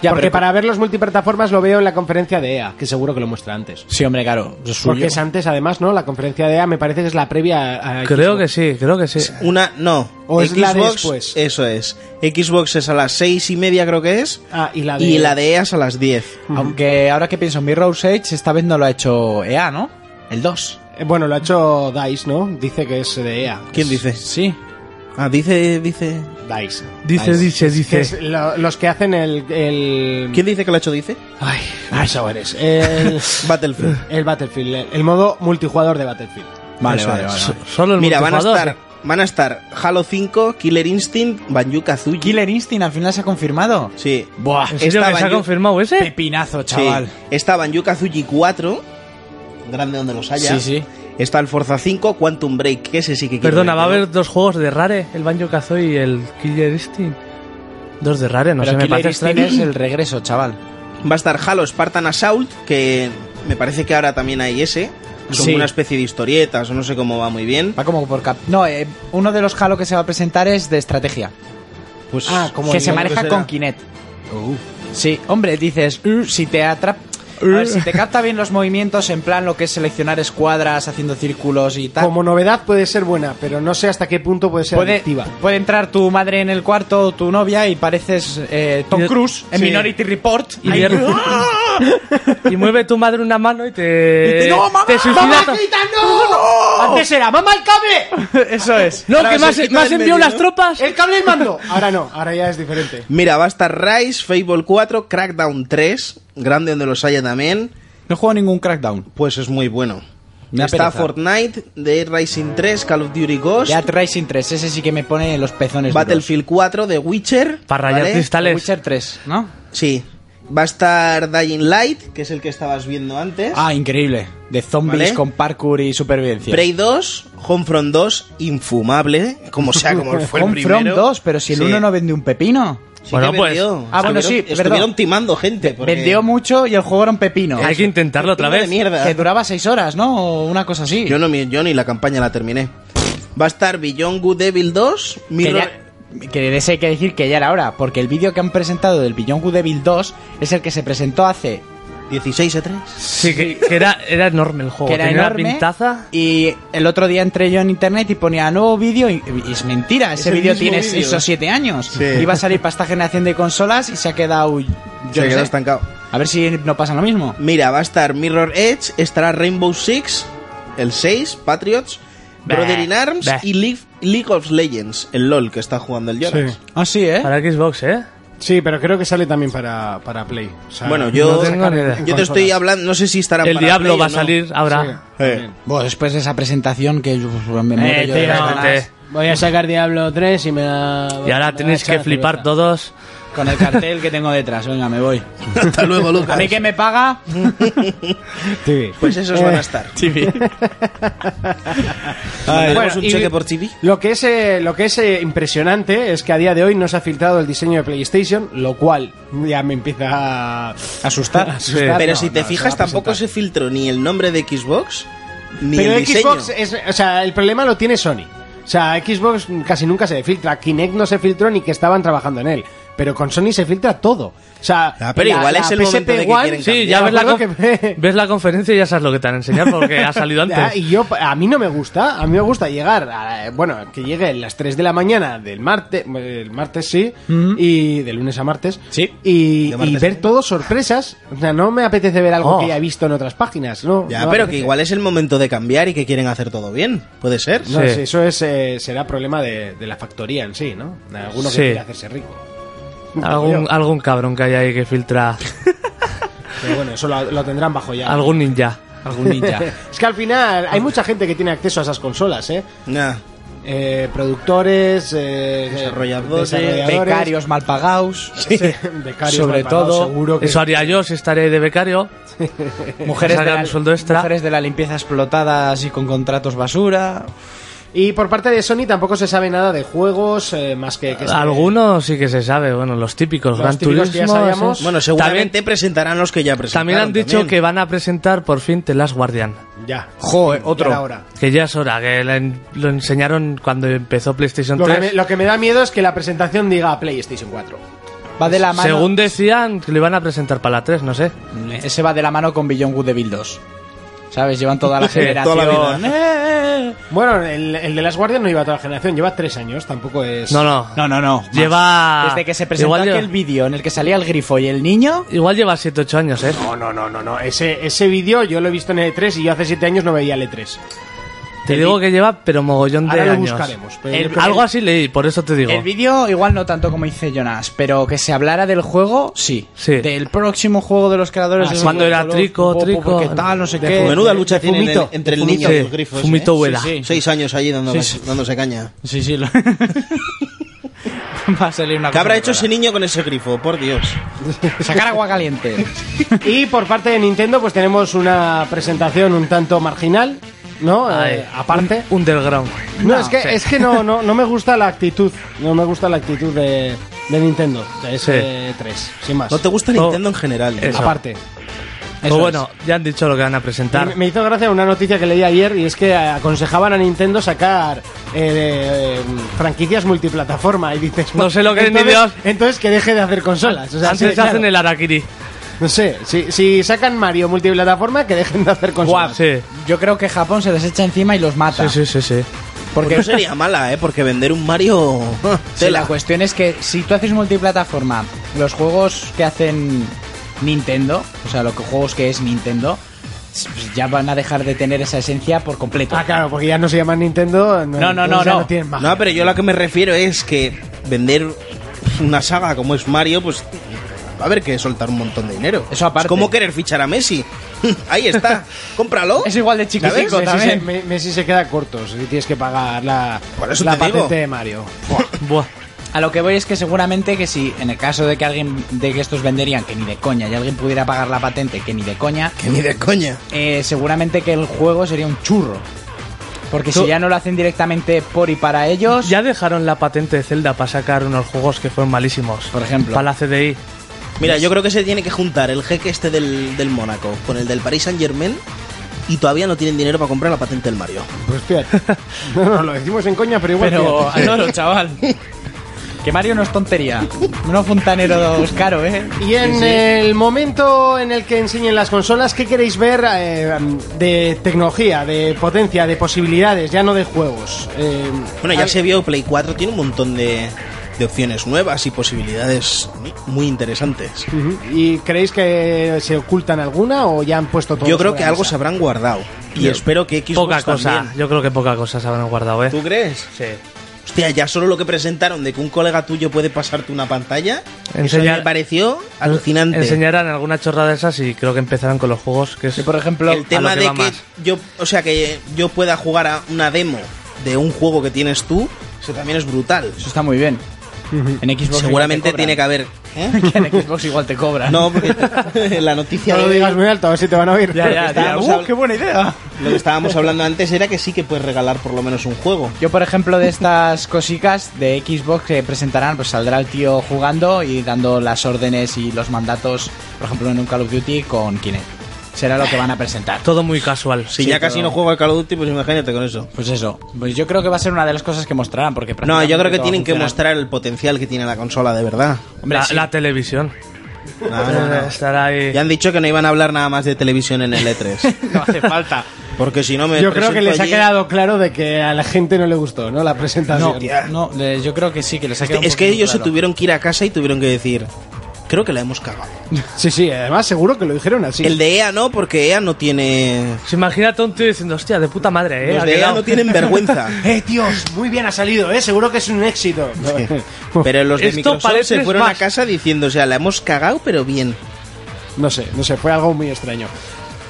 [SPEAKER 4] Ya,
[SPEAKER 2] Porque
[SPEAKER 4] pero-
[SPEAKER 2] para ver los multiplataformas lo veo en la conferencia de EA, que seguro que lo muestra antes.
[SPEAKER 4] Sí, hombre, claro, eso es suyo.
[SPEAKER 2] Porque es antes, además, ¿no? La conferencia de EA me parece que es la previa a. a
[SPEAKER 5] Creo
[SPEAKER 2] Xbox.
[SPEAKER 5] que sí, creo que sí.
[SPEAKER 6] Una, no.
[SPEAKER 2] ¿O es
[SPEAKER 6] Xbox,
[SPEAKER 2] la después?
[SPEAKER 6] Eso es. Xbox es a las seis y media, creo que es.
[SPEAKER 2] Ah, y la de. Ah,
[SPEAKER 6] Y la de EAS a las 10.
[SPEAKER 4] Aunque ahora que pienso, Mirror's Edge esta vez no lo ha hecho EA, ¿no? El 2.
[SPEAKER 2] Eh, Bueno, lo ha hecho DICE, ¿no? Dice que es de EA.
[SPEAKER 6] ¿Quién dice?
[SPEAKER 4] Sí.
[SPEAKER 6] Ah, dice, dice.
[SPEAKER 2] DICE.
[SPEAKER 5] Dice, dice,
[SPEAKER 2] Que es
[SPEAKER 5] dice.
[SPEAKER 2] lo- los que hacen el. el...
[SPEAKER 6] ¿Quién dice que lo ha hecho? Dice.
[SPEAKER 2] Ay, eso eres. El,
[SPEAKER 6] Battlefield.
[SPEAKER 2] el Battlefield, el- el modo multijugador de Battlefield.
[SPEAKER 4] Vale,
[SPEAKER 6] Eso
[SPEAKER 4] vale,
[SPEAKER 6] es.
[SPEAKER 4] vale.
[SPEAKER 5] So- Solo el
[SPEAKER 6] Mira, van a
[SPEAKER 5] multijugador.
[SPEAKER 6] estar.
[SPEAKER 2] eh.
[SPEAKER 6] Van a estar Halo 5, Killer Instinct, Banjo Kazooie.
[SPEAKER 4] Killer Instinct al final se ha confirmado.
[SPEAKER 6] Sí.
[SPEAKER 4] Buah,
[SPEAKER 5] ¿En
[SPEAKER 6] Esta
[SPEAKER 5] serio que se ha
[SPEAKER 6] Banjo-
[SPEAKER 5] confirmado ese?
[SPEAKER 4] pepinazo,
[SPEAKER 6] Sí.
[SPEAKER 4] chaval.
[SPEAKER 6] Está Banjo Kazooie 4. Grande donde los
[SPEAKER 4] Sí,
[SPEAKER 6] haya.
[SPEAKER 4] sí.
[SPEAKER 6] Está el Forza 5, Quantum Break. Que ese sí que quiero
[SPEAKER 5] Perdona,
[SPEAKER 6] ver,
[SPEAKER 5] va a
[SPEAKER 6] ¿no?
[SPEAKER 5] haber dos juegos de Rare, el Banjo Kazooie y el Killer Instinct. Dos de Rare, no
[SPEAKER 4] Pero
[SPEAKER 5] sé, Pues me
[SPEAKER 4] Killer
[SPEAKER 5] parece
[SPEAKER 4] Instinct
[SPEAKER 5] extraño.
[SPEAKER 4] es el regreso, chaval.
[SPEAKER 6] Va a estar Halo Spartan Assault, que me parece que ahora también hay ese. Son
[SPEAKER 4] Sí.
[SPEAKER 6] una especie de historietas, o no sé cómo va muy bien.
[SPEAKER 4] Va como por cap. No, eh, uno de los Halo que se va a presentar es de estrategia.
[SPEAKER 6] Pues
[SPEAKER 2] Ah, como
[SPEAKER 4] que
[SPEAKER 2] el-
[SPEAKER 4] se
[SPEAKER 2] creo
[SPEAKER 4] maneja
[SPEAKER 6] será.
[SPEAKER 4] con Kinect. Sí, hombre, dices, "Uh, si te atrapa. si te capta bien los movimientos, en plan lo que es seleccionar escuadras, haciendo círculos y tal.
[SPEAKER 2] Como novedad puede ser buena, pero no sé hasta qué punto puede ser
[SPEAKER 4] Puede,
[SPEAKER 2] adictiva.
[SPEAKER 4] puede entrar tu madre en el cuarto, tu novia, y pareces eh, Tom
[SPEAKER 5] Y-
[SPEAKER 4] Cruise en
[SPEAKER 5] sí.
[SPEAKER 4] Minority Report.
[SPEAKER 5] Y
[SPEAKER 4] Ahí-
[SPEAKER 5] vier- Y mueve tu madre una mano y te.
[SPEAKER 4] Y te- ¡No, mamá!
[SPEAKER 5] te suicida to-
[SPEAKER 2] Antes era, mamá el cable,
[SPEAKER 4] Eso es.
[SPEAKER 5] No,
[SPEAKER 6] Ahora
[SPEAKER 5] que
[SPEAKER 6] se
[SPEAKER 5] más,
[SPEAKER 6] quita
[SPEAKER 5] más
[SPEAKER 6] del
[SPEAKER 5] envió
[SPEAKER 6] medio,
[SPEAKER 5] las
[SPEAKER 6] ¿no?
[SPEAKER 5] tropas.
[SPEAKER 2] el cable y mando. Ahora no, ahora ya es diferente.
[SPEAKER 6] Mira, va a estar Rise, Fable 4, Crackdown 3, grande donde los haya también,
[SPEAKER 4] No juego ningún crackdown.
[SPEAKER 6] pues es muy bueno.
[SPEAKER 4] Me da
[SPEAKER 6] Está
[SPEAKER 4] pereza.
[SPEAKER 6] Fortnite, Dead Rising 3, Call of Duty Ghost,
[SPEAKER 4] Dead Rising 3, ese sí que me pone los pezones. duros.
[SPEAKER 6] Battlefield 4, The Witcher.
[SPEAKER 5] Para rayar
[SPEAKER 6] ¿vale?
[SPEAKER 5] cristales.
[SPEAKER 4] The Witcher 3, ¿no?
[SPEAKER 6] Sí. Va a estar Dying Light, que es el que estabas viendo antes.
[SPEAKER 4] Ah, increíble. De zombies
[SPEAKER 6] Vale.
[SPEAKER 4] con parkour y supervivencia.
[SPEAKER 6] Prey 2, Homefront 2, infumable, como sea, como fue el primero.
[SPEAKER 4] Homefront 2, pero si el
[SPEAKER 6] Sí.
[SPEAKER 4] 1 no vende un pepino.
[SPEAKER 6] Sí
[SPEAKER 5] Bueno,
[SPEAKER 6] que
[SPEAKER 5] pues-
[SPEAKER 6] vendió.
[SPEAKER 4] Ah, bueno, sí,
[SPEAKER 6] Estuvieron-
[SPEAKER 4] perdón.
[SPEAKER 6] Estuvieron timando gente. porque-
[SPEAKER 4] Vendió mucho y el juego era un pepino.
[SPEAKER 5] Hay que intentarlo otra
[SPEAKER 6] Pepino de
[SPEAKER 5] vez.
[SPEAKER 6] mierda.
[SPEAKER 4] Que duraba 6 horas, ¿no? O una cosa así.
[SPEAKER 6] Yo, no, mi- yo ni la campaña la terminé. Va a estar Beyond Good Devil 2,
[SPEAKER 4] Que,
[SPEAKER 6] Mirror...
[SPEAKER 4] ya- que de ese hay que decir que ya era hora, porque el vídeo que han presentado del Beyond Good Evil 2 es el que se presentó hace
[SPEAKER 6] 16 a 3.
[SPEAKER 5] Sí, que, que era, era enorme el juego.
[SPEAKER 4] que era
[SPEAKER 5] Oh, Tenía
[SPEAKER 4] enorme
[SPEAKER 5] una pintaza.
[SPEAKER 4] y el otro día entré yo en internet y ponía nuevo vídeo y, y es mentira, ese
[SPEAKER 6] el
[SPEAKER 4] vídeo
[SPEAKER 6] mismo
[SPEAKER 4] tiene
[SPEAKER 6] vídeo.
[SPEAKER 4] 6 o 7 años.
[SPEAKER 6] Sí.
[SPEAKER 4] Iba a salir para esta generación de consolas y se ha quedado... yo
[SPEAKER 6] Se
[SPEAKER 4] no
[SPEAKER 6] quedó
[SPEAKER 4] sé.
[SPEAKER 6] estancado.
[SPEAKER 4] A ver si no pasa lo mismo.
[SPEAKER 6] Mira, va a estar Mirror Edge, estará Rainbow Six, el 6, Patriots,
[SPEAKER 5] Bah,
[SPEAKER 6] Brother in Arms
[SPEAKER 5] bah.
[SPEAKER 6] y League, League of Legends, el LOL que está jugando el Jonas.
[SPEAKER 4] Ah, sí, ¿eh?
[SPEAKER 5] Para Xbox, ¿eh?
[SPEAKER 2] Sí, pero creo que sale también para, para Play. O sea,
[SPEAKER 6] Bueno, yo,
[SPEAKER 5] no tengo ni idea.
[SPEAKER 6] yo te estoy hablando, no sé si estará
[SPEAKER 5] El
[SPEAKER 6] para
[SPEAKER 5] diablo
[SPEAKER 6] Play
[SPEAKER 5] va a
[SPEAKER 6] o no.
[SPEAKER 5] salir ahora.
[SPEAKER 2] Sí.
[SPEAKER 6] Eh,
[SPEAKER 4] Bueno, después de esa presentación que yo, pues, me muero
[SPEAKER 5] Eh,
[SPEAKER 4] yo de las
[SPEAKER 5] tío,
[SPEAKER 4] ganas.
[SPEAKER 5] te-
[SPEAKER 2] Voy a sacar Diablo 3 y me la...
[SPEAKER 5] Y ahora tenéis que flipar todos.
[SPEAKER 4] Con el cartel que tengo detrás, venga, me voy.
[SPEAKER 6] Hasta luego,
[SPEAKER 4] A
[SPEAKER 6] Lucas.
[SPEAKER 4] mí que me paga...
[SPEAKER 6] Pues esos
[SPEAKER 2] Eh,
[SPEAKER 6] van a estar.
[SPEAKER 2] Bueno,
[SPEAKER 6] Tenemos Ah, un
[SPEAKER 2] y-
[SPEAKER 6] cheque por TV.
[SPEAKER 2] Lo que es, eh, lo que es eh, impresionante es que a día de hoy no se ha filtrado el diseño de PlayStation, lo cual ya me empieza a
[SPEAKER 4] Asustar.
[SPEAKER 2] asustar.
[SPEAKER 6] Pero
[SPEAKER 2] No,
[SPEAKER 6] si te
[SPEAKER 2] no,
[SPEAKER 6] fijas,
[SPEAKER 2] se va a
[SPEAKER 6] tampoco se
[SPEAKER 2] presentar.
[SPEAKER 6] filtró ni el nombre de Xbox, ni
[SPEAKER 2] Pero
[SPEAKER 6] el diseño.
[SPEAKER 2] Xbox, eh, es, o sea, el problema lo tiene Sony. O sea, Xbox casi nunca se filtra. Kinect no se filtró ni que estaban trabajando en él. Pero con Sony se filtra todo. O sea,
[SPEAKER 6] Ah, pero igual es el momento de que quieren
[SPEAKER 5] Sí,
[SPEAKER 6] Cambiar.
[SPEAKER 5] ya
[SPEAKER 2] Me
[SPEAKER 5] ves la,
[SPEAKER 2] acuerdo
[SPEAKER 5] conf-
[SPEAKER 2] que-
[SPEAKER 5] ves la conferencia y ya sabes lo que te han enseñado porque ha salido
[SPEAKER 2] Ya,
[SPEAKER 5] antes.
[SPEAKER 2] Ah, y yo, a mí no me gusta, a mí me gusta llegar, a- bueno, que llegue a las 3 de la mañana del martes, el martes sí, y de lunes a martes,
[SPEAKER 4] Sí.
[SPEAKER 2] y,
[SPEAKER 6] De martes
[SPEAKER 2] y
[SPEAKER 6] a
[SPEAKER 2] ver
[SPEAKER 6] lunes.
[SPEAKER 2] todo sorpresas, o sea, no me apetece ver algo
[SPEAKER 5] Oh.
[SPEAKER 2] que ya he visto en otras páginas, ¿no?
[SPEAKER 6] Ya,
[SPEAKER 2] no me
[SPEAKER 6] pero que
[SPEAKER 2] apetece.
[SPEAKER 6] igual es el momento de cambiar y que quieren hacer todo bien. Puede ser.
[SPEAKER 2] No,
[SPEAKER 5] Sí.
[SPEAKER 2] sí, eso es, eh, será problema de, de la factoría en sí, ¿no? De alguno que
[SPEAKER 5] Sí.
[SPEAKER 2] quiere hacerse rico.
[SPEAKER 5] Algún, algún cabrón que hay ahí que filtra.
[SPEAKER 2] Pero bueno, eso lo, lo tendrán bajo ya.
[SPEAKER 5] Algún ninja.
[SPEAKER 4] Algún ninja.
[SPEAKER 2] Es que al final hay mucha gente que tiene acceso a esas consolas, ¿eh?
[SPEAKER 6] Nah.
[SPEAKER 2] Eh, productores, eh,
[SPEAKER 6] Desarrolladores,
[SPEAKER 2] desarrolladores.
[SPEAKER 4] Becarios mal pagados.
[SPEAKER 2] Becarios mal
[SPEAKER 4] Sobre
[SPEAKER 2] pagados,
[SPEAKER 4] todo,
[SPEAKER 2] seguro que
[SPEAKER 5] Eso haría yo si estaré de becario.
[SPEAKER 4] Mujeres de,
[SPEAKER 5] Sacan
[SPEAKER 4] la,
[SPEAKER 5] un sueldo extra.
[SPEAKER 4] mujeres de la limpieza explotadas y con contratos basura.
[SPEAKER 2] Y por parte de Sony tampoco se sabe nada de juegos, eh, más que... que se-
[SPEAKER 5] Algunos sí que se sabe, bueno, los típicos,
[SPEAKER 2] Los
[SPEAKER 5] Gran
[SPEAKER 2] típicos que ya
[SPEAKER 5] Turismo.
[SPEAKER 2] sabíamos. pues,
[SPEAKER 5] sí.
[SPEAKER 6] Bueno, seguramente presentarán los que ya presentaron.
[SPEAKER 5] También han dicho que van a presentar por fin The Last Guardian.
[SPEAKER 2] Ya.
[SPEAKER 5] eh,
[SPEAKER 4] Joder,
[SPEAKER 2] Ya
[SPEAKER 4] otro.
[SPEAKER 2] era hora.
[SPEAKER 5] Que ya es hora, que la en- lo enseñaron cuando empezó PlayStation
[SPEAKER 2] Lo que, me,
[SPEAKER 5] 3.
[SPEAKER 2] lo que me da miedo es que la presentación diga PlayStation 4.
[SPEAKER 4] Va de la mano.
[SPEAKER 5] Según decían, que lo iban a presentar para la 3, no sé.
[SPEAKER 4] Ese va de la mano con Beyond Good Evil 2. ¿Sabes? Llevan toda la
[SPEAKER 6] Sí,
[SPEAKER 4] generación.
[SPEAKER 6] toda la
[SPEAKER 4] Eh, eh, eh.
[SPEAKER 2] Bueno, el, el de las guardias no lleva toda la generación, lleva tres años, tampoco es...
[SPEAKER 5] No, no.
[SPEAKER 4] No, no, no. más.
[SPEAKER 5] Lleva-
[SPEAKER 4] Desde que se presentó
[SPEAKER 5] Ah, Igual lleva-
[SPEAKER 4] aquel vídeo en el que salía el grifo y el niño.
[SPEAKER 5] Igual lleva 7-8 años, ¿eh?
[SPEAKER 2] No, no, no, no, no. Ese, ese vídeo yo lo he visto en E3 y yo hace siete años no veía el E E3.
[SPEAKER 5] Te digo que lleva, pero mogollón de
[SPEAKER 2] Ahora lo
[SPEAKER 5] años.
[SPEAKER 2] buscaremos, pero
[SPEAKER 5] El-
[SPEAKER 2] yo creo
[SPEAKER 5] algo
[SPEAKER 2] que-
[SPEAKER 5] así leí, por eso te digo.
[SPEAKER 4] El vídeo, igual no tanto como dice Jonas, pero que se hablara del juego, sí.
[SPEAKER 5] Sí.
[SPEAKER 4] Del próximo juego de los creadores.
[SPEAKER 5] Ah,
[SPEAKER 4] de
[SPEAKER 5] sí. Cuando era
[SPEAKER 4] Color,
[SPEAKER 5] Trico,
[SPEAKER 4] po, po,
[SPEAKER 5] Trico.
[SPEAKER 4] po, ¿Qué tal? No sé
[SPEAKER 6] De
[SPEAKER 4] qué.
[SPEAKER 6] fu- Menuda
[SPEAKER 4] De-
[SPEAKER 6] lucha
[SPEAKER 4] de
[SPEAKER 6] tienen en-
[SPEAKER 4] fumito.
[SPEAKER 6] entre el
[SPEAKER 4] De
[SPEAKER 6] niño
[SPEAKER 4] fumito.
[SPEAKER 6] y los grifos.
[SPEAKER 5] Fumito
[SPEAKER 6] ¿eh?
[SPEAKER 5] Ueda.
[SPEAKER 4] Sí, sí.
[SPEAKER 6] Seis años allí dándome-
[SPEAKER 4] Sí, sí.
[SPEAKER 6] dándose caña.
[SPEAKER 4] Sí, sí. lo- Va a salir una
[SPEAKER 6] ¿Qué
[SPEAKER 4] cosa
[SPEAKER 6] habrá
[SPEAKER 4] muy
[SPEAKER 6] hecho
[SPEAKER 4] rara.
[SPEAKER 6] ese niño con ese grifo? Por Dios.
[SPEAKER 4] Sacar agua caliente.
[SPEAKER 2] Y por parte de Nintendo pues tenemos una presentación un tanto marginal, ¿no?
[SPEAKER 5] Ay,
[SPEAKER 2] Eh, aparte.
[SPEAKER 5] Underground.
[SPEAKER 2] No, es que,
[SPEAKER 5] sí.
[SPEAKER 2] es que no, no, no me gusta la actitud. No me gusta la actitud de, de Nintendo. De ese 3 sin más.
[SPEAKER 6] No te gusta
[SPEAKER 5] No.
[SPEAKER 6] Nintendo en general. ¿eh?
[SPEAKER 5] Eso.
[SPEAKER 2] Aparte.
[SPEAKER 5] Pues bueno, ya han dicho lo que van a presentar.
[SPEAKER 2] Me- Me hizo gracia una noticia que leí ayer y es que eh, aconsejaban a Nintendo sacar eh, eh, franquicias multiplataforma. Y dices,
[SPEAKER 5] No sé lo que es ni
[SPEAKER 2] entonces,
[SPEAKER 5] Dios.
[SPEAKER 2] Entonces que deje de hacer consolas. O sea,
[SPEAKER 5] Antes
[SPEAKER 2] sí, claro.
[SPEAKER 5] hacen el Arakiri.
[SPEAKER 2] No sé, si, si sacan Mario multiplataforma, que dejen de hacer
[SPEAKER 5] Guau,
[SPEAKER 2] consolas.
[SPEAKER 5] sí.
[SPEAKER 4] Yo creo que Japón se les echa encima y los mata.
[SPEAKER 5] Sí, sí, sí, sí.
[SPEAKER 4] Porque
[SPEAKER 6] Pues no sería mala, ¿eh? Porque vender un Mario...
[SPEAKER 4] sí,
[SPEAKER 6] Tela.
[SPEAKER 4] la cuestión es que si tú haces multiplataforma, los juegos que hacen Nintendo, o sea, los juegos que es Nintendo, pues ya van a dejar de tener esa esencia por completo.
[SPEAKER 2] Ah, claro, porque ya no se llama Nintendo.
[SPEAKER 4] No, no, no,
[SPEAKER 2] ya
[SPEAKER 4] no.
[SPEAKER 2] tienen más.
[SPEAKER 6] No, pero yo a lo que me refiero es que vender una saga como es Mario, pues va a haber que soltar un montón de dinero.
[SPEAKER 4] Eso aparte.
[SPEAKER 6] Es como querer fichar a Messi. Ahí está, cómpralo.
[SPEAKER 4] Es igual de chiquitico
[SPEAKER 6] ¿Sabes?
[SPEAKER 2] Messi, se,
[SPEAKER 4] también.
[SPEAKER 2] Me- Messi se queda corto. Si tienes que pagar la,
[SPEAKER 6] Por eso
[SPEAKER 2] la
[SPEAKER 6] te digo.
[SPEAKER 2] patente de Mario.
[SPEAKER 5] Buah.
[SPEAKER 4] A lo que voy es que seguramente que si en el caso de que alguien de que estos venderían que ni de coña y alguien pudiera pagar la patente que ni de coña,
[SPEAKER 6] Que ni de coña.
[SPEAKER 4] eh, seguramente que el juego sería un churro. Porque
[SPEAKER 5] Tú-
[SPEAKER 4] si ya no lo hacen directamente por y para ellos,
[SPEAKER 5] Ya dejaron la patente de Zelda para sacar unos juegos que fueron malísimos.
[SPEAKER 4] Por ejemplo.
[SPEAKER 5] Para la CDI.
[SPEAKER 6] Mira, yo creo que se tiene que juntar el jeque este del, del Mónaco con el del Paris Saint Germain y todavía no tienen dinero para comprar la patente del Mario.
[SPEAKER 2] Pues fíjate. No, no, lo decimos en coña, pero igual.
[SPEAKER 4] pero
[SPEAKER 2] fíjate.
[SPEAKER 4] no, chaval. Que Mario no es tontería. No fontaneros caro, ¿eh?
[SPEAKER 2] Y en el momento en el que enseñen las consolas, ¿qué queréis ver eh, de tecnología, de potencia, de posibilidades, ya no de juegos? Eh,
[SPEAKER 6] Bueno, ya
[SPEAKER 2] hay-
[SPEAKER 6] se vio Play 4, tiene un montón de, de opciones nuevas y posibilidades muy interesantes.
[SPEAKER 2] Ujú. ¿Y creéis que se ocultan alguna o ya han puesto todo?
[SPEAKER 6] Yo creo
[SPEAKER 2] sobre
[SPEAKER 6] que
[SPEAKER 2] la
[SPEAKER 6] algo
[SPEAKER 2] mesa?
[SPEAKER 6] se habrán guardado. Y espero que Xbox
[SPEAKER 5] Poca cosa.
[SPEAKER 6] también.
[SPEAKER 5] Yo creo que poca cosa se habrán guardado, ¿eh?
[SPEAKER 6] ¿Tú crees?
[SPEAKER 5] Sí.
[SPEAKER 6] Hostia, ya solo lo que presentaron de que un colega tuyo puede pasarte una pantalla, eso
[SPEAKER 5] Enseñar-
[SPEAKER 6] me pareció alucinante.
[SPEAKER 5] Enseñarán alguna chorrada de esas y creo que empezarán con los juegos que es...
[SPEAKER 4] Que por ejemplo,
[SPEAKER 6] el tema
[SPEAKER 5] a lo que
[SPEAKER 6] de
[SPEAKER 5] va
[SPEAKER 6] que
[SPEAKER 5] más.
[SPEAKER 6] yo, o sea, que yo pueda jugar a una demo de un juego que tienes tú, eso también es brutal.
[SPEAKER 4] eso está muy bien. En Xbox
[SPEAKER 6] Seguramente tiene que haber. ¿eh?
[SPEAKER 4] que en Xbox igual te cobran.
[SPEAKER 6] No, porque la noticia
[SPEAKER 2] No lo
[SPEAKER 6] de-
[SPEAKER 2] digas muy alto, a ver si te van a oír.
[SPEAKER 5] Ya, ya, ya.
[SPEAKER 6] Estábamos
[SPEAKER 5] Uh,
[SPEAKER 6] hab-
[SPEAKER 5] qué buena idea!
[SPEAKER 6] lo que estábamos hablando antes era que sí que puedes regalar por lo menos un juego.
[SPEAKER 4] Yo, por ejemplo, de estas cositas de Xbox que presentarán, pues saldrá el tío jugando y dando las órdenes y los mandatos, por ejemplo, en un Call of Duty con Kinect. Será lo que van a presentar.
[SPEAKER 5] Todo muy casual.
[SPEAKER 6] Si ya casi no juego al Call of Duty, pues imagínate con eso.
[SPEAKER 4] Pues eso, pues yo creo que va a ser una de las cosas que mostrarán, porque
[SPEAKER 6] No,
[SPEAKER 4] prácticamente
[SPEAKER 6] yo creo que
[SPEAKER 4] todo
[SPEAKER 6] tienen que
[SPEAKER 4] funciona.
[SPEAKER 6] mostrar el potencial que tiene la consola de verdad.
[SPEAKER 4] Hombre,
[SPEAKER 5] la,
[SPEAKER 4] sí.
[SPEAKER 5] la televisión.
[SPEAKER 6] No, no, no.
[SPEAKER 5] Estará ahí...
[SPEAKER 6] Ya han dicho que no iban a hablar nada más de televisión en el E3.
[SPEAKER 2] No hace falta.
[SPEAKER 6] Porque si no me.
[SPEAKER 2] Yo creo que
[SPEAKER 6] presento
[SPEAKER 2] les ha
[SPEAKER 6] allí-
[SPEAKER 2] quedado claro de que a la gente no le gustó, ¿no? La
[SPEAKER 4] No,
[SPEAKER 2] presentación.
[SPEAKER 4] no, le- yo creo que sí, que les ha quedado un
[SPEAKER 6] Es que
[SPEAKER 4] poquito
[SPEAKER 6] ellos se
[SPEAKER 4] claro.
[SPEAKER 6] tuvieron que ir a casa y tuvieron que decir. Creo que la hemos cagado.
[SPEAKER 2] Sí, sí, además seguro que lo dijeron así.
[SPEAKER 6] El de EA no, porque EA no tiene.
[SPEAKER 5] Se imagínate a un tío diciendo, hostia, de puta madre, ¿eh?
[SPEAKER 6] Los
[SPEAKER 5] Ha
[SPEAKER 6] de EA
[SPEAKER 5] quedado".
[SPEAKER 6] no tienen vergüenza.
[SPEAKER 2] Eh, tíos, muy bien ha salido, eh, seguro que es un éxito.
[SPEAKER 6] Pero los de
[SPEAKER 5] Esto
[SPEAKER 6] Microsoft
[SPEAKER 5] parece
[SPEAKER 6] se fueron a
[SPEAKER 5] Smash.
[SPEAKER 6] casa diciendo, o sea, la hemos cagado, pero bien.
[SPEAKER 2] No sé, no sé, fue algo muy extraño.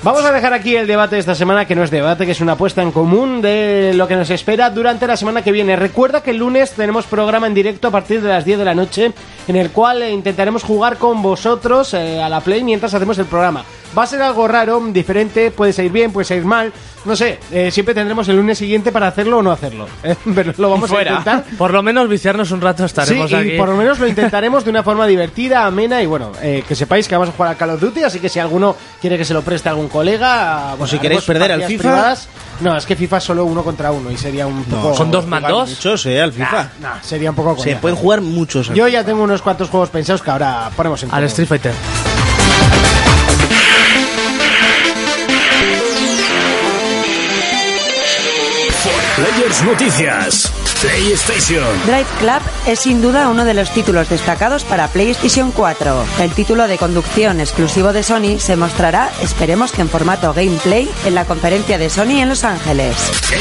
[SPEAKER 2] Vamos a dejar aquí el debate de esta semana, que no es debate, que es una apuesta en común de lo que nos espera durante la semana que viene. Recuerda que el lunes tenemos programa en directo a partir de las 10 de la noche, en el cual eh, intentaremos jugar con vosotros eh, a la Play mientras hacemos el programa. Va a ser algo raro, diferente, puede salir bien, puede salir mal, no sé, eh, siempre tendremos el lunes siguiente para hacerlo o no hacerlo. eh, pero lo vamos
[SPEAKER 5] Fuera.
[SPEAKER 2] a intentar.
[SPEAKER 5] Por lo menos viciarnos un rato estaremos
[SPEAKER 2] Sí,
[SPEAKER 5] aquí.
[SPEAKER 2] y por lo menos lo intentaremos de una forma divertida, amena y bueno, eh, que sepáis que vamos a jugar a Call of Duty, así que si alguno quiere que se lo preste a algún colega, bueno,
[SPEAKER 6] si queréis
[SPEAKER 2] haremos
[SPEAKER 6] perder al
[SPEAKER 2] partidas
[SPEAKER 6] FIFA.
[SPEAKER 2] no, es que FIFA es solo uno contra uno y sería un poco...
[SPEAKER 5] ¿Son dos
[SPEAKER 6] juegan
[SPEAKER 5] mandos?
[SPEAKER 6] Muchos, eh, al FIFA.
[SPEAKER 2] Nah, sería un poco...
[SPEAKER 6] Se
[SPEAKER 2] coña.
[SPEAKER 6] pueden jugar muchos. al
[SPEAKER 2] Yo ya tengo unos cuantos juegos pensados que ahora ponemos en
[SPEAKER 5] Al
[SPEAKER 2] común.
[SPEAKER 5] Street Fighter.
[SPEAKER 1] Players Noticias. PlayStation.
[SPEAKER 3] Drive Club es sin duda uno de los títulos destacados para PlayStation 4. El título de conducción exclusivo de Sony se mostrará, esperemos que en formato gameplay, en la conferencia de Sony en Los Ángeles.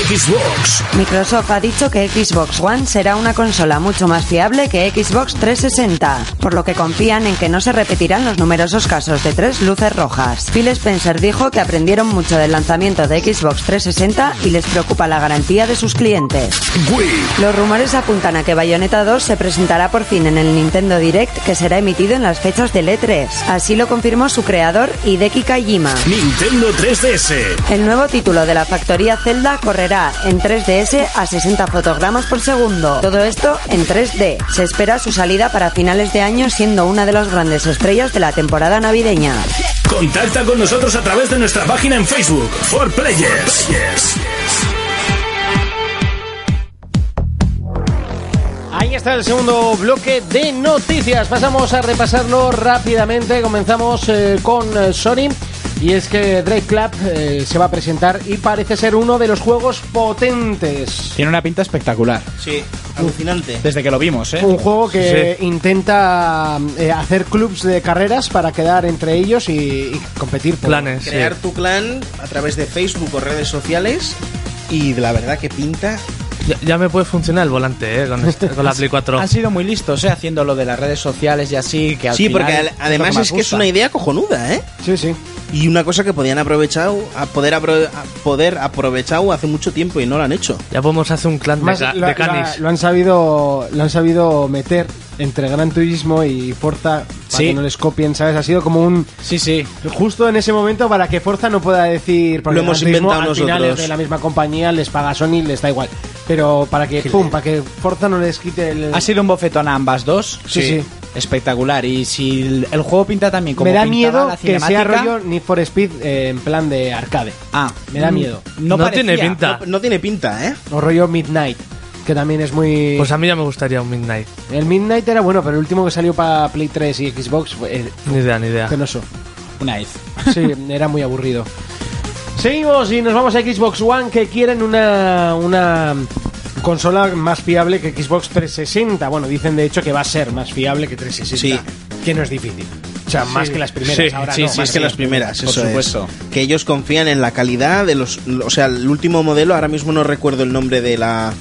[SPEAKER 1] Xbox.
[SPEAKER 3] Microsoft ha dicho que Xbox One será una consola mucho más fiable que Xbox 360, por lo que confían en que no se repetirán los numerosos casos de tres luces rojas. Phil Spencer dijo que aprendieron mucho del lanzamiento de Xbox 360 y les preocupa la garantía de sus clientes.
[SPEAKER 1] Wii.
[SPEAKER 3] Los rumores apuntan a que Bayonetta 2 se presentará por fin en el Nintendo Direct que será emitido en las fechas del E3. Así lo confirmó su creador Hideki Kajima.
[SPEAKER 1] Nintendo 3DS.
[SPEAKER 3] El nuevo título de la factoría Zelda correrá en 3DS a 60 fotogramas por segundo. Todo esto en 3D. Se espera su salida para finales de año siendo una de las grandes estrellas de la temporada navideña.
[SPEAKER 1] Contacta con nosotros a través de nuestra página en Facebook. For Players.
[SPEAKER 2] Ahí está el segundo bloque de noticias. Pasamos a repasarlo rápidamente. Comenzamos eh, con eh, Sony. Y es que Drake Club eh, se va a presentar y parece ser uno de los juegos potentes.
[SPEAKER 4] Tiene una pinta espectacular.
[SPEAKER 6] Sí, alucinante.
[SPEAKER 4] Desde que lo vimos, ¿eh?
[SPEAKER 2] Un juego que intenta eh, hacer clubs de carreras para quedar entre ellos y, y competir. por-
[SPEAKER 5] Planes. sí.
[SPEAKER 6] Crear tu clan a través de Facebook o redes sociales y la verdad que pinta
[SPEAKER 5] Ya, ya me puede funcionar el volante, ¿eh? Con, este- con la Play 4.
[SPEAKER 4] Han sido muy listos, ¿eh? Haciendo lo de las redes sociales y así. Que al
[SPEAKER 6] sí,
[SPEAKER 4] final
[SPEAKER 6] porque al-
[SPEAKER 4] es lo
[SPEAKER 6] además
[SPEAKER 4] más
[SPEAKER 6] es que es
[SPEAKER 4] gusta.
[SPEAKER 6] una idea cojonuda, ¿eh?
[SPEAKER 2] Sí, sí.
[SPEAKER 6] Y una cosa que podían aprovechar, a poder, apro- a poder aprovechar hace mucho tiempo y no lo han hecho.
[SPEAKER 5] Ya podemos hacer un clan de,
[SPEAKER 2] Más
[SPEAKER 5] ca-
[SPEAKER 2] lo,
[SPEAKER 5] de canis.
[SPEAKER 2] lo- lo han sabido, lo han sabido meter entre Gran Turismo y Forza para
[SPEAKER 4] Sí.
[SPEAKER 2] que no les copien, ¿sabes? Ha sido como un
[SPEAKER 4] Sí, sí.
[SPEAKER 2] justo en ese momento para que Forza no pueda decir porque
[SPEAKER 6] Lo hemos
[SPEAKER 2] Gran Turismo,
[SPEAKER 6] inventado
[SPEAKER 2] al final
[SPEAKER 6] nosotros.
[SPEAKER 2] es de la misma compañía, les paga Sony, les da igual. Pero para que pum, para que Forza no les quite el
[SPEAKER 4] Ha sido un bofetón a ambas dos.
[SPEAKER 2] Sí, sí.
[SPEAKER 4] Espectacular. Y si el, el juego pinta también como
[SPEAKER 2] me da
[SPEAKER 4] pintaba
[SPEAKER 2] miedo
[SPEAKER 4] la
[SPEAKER 2] que sea
[SPEAKER 4] cinemática-
[SPEAKER 2] rollo Need for Speed eh, en plan de arcade.
[SPEAKER 4] Ah,
[SPEAKER 2] Me da miedo.
[SPEAKER 5] No tiene pinta.
[SPEAKER 6] No, no tiene pinta, ¿eh?
[SPEAKER 2] O rollo Midnight, que también es muy
[SPEAKER 5] Pues a mí ya me gustaría un Midnight.
[SPEAKER 2] el Midnight era bueno, pero el último que salió para Play 3 y Xbox fue eh,
[SPEAKER 5] Ni idea, ni idea.
[SPEAKER 2] penoso.
[SPEAKER 4] Una vez.
[SPEAKER 2] Sí, era muy aburrido. Seguimos y nos vamos a Xbox One que quieren una, una consola más fiable que Xbox 360. Bueno, dicen de hecho que va a ser más fiable que 360. Que no es difícil. O sea, más que las primeras.
[SPEAKER 5] Sí,
[SPEAKER 2] ahora
[SPEAKER 5] sí,
[SPEAKER 2] no,
[SPEAKER 5] sí,
[SPEAKER 6] Más
[SPEAKER 2] más
[SPEAKER 6] que las primeras,
[SPEAKER 4] por
[SPEAKER 6] eso es.
[SPEAKER 4] supuesto.
[SPEAKER 6] Que ellos confían en la calidad de los... O sea, el último modelo, ahora mismo no recuerdo el nombre de la...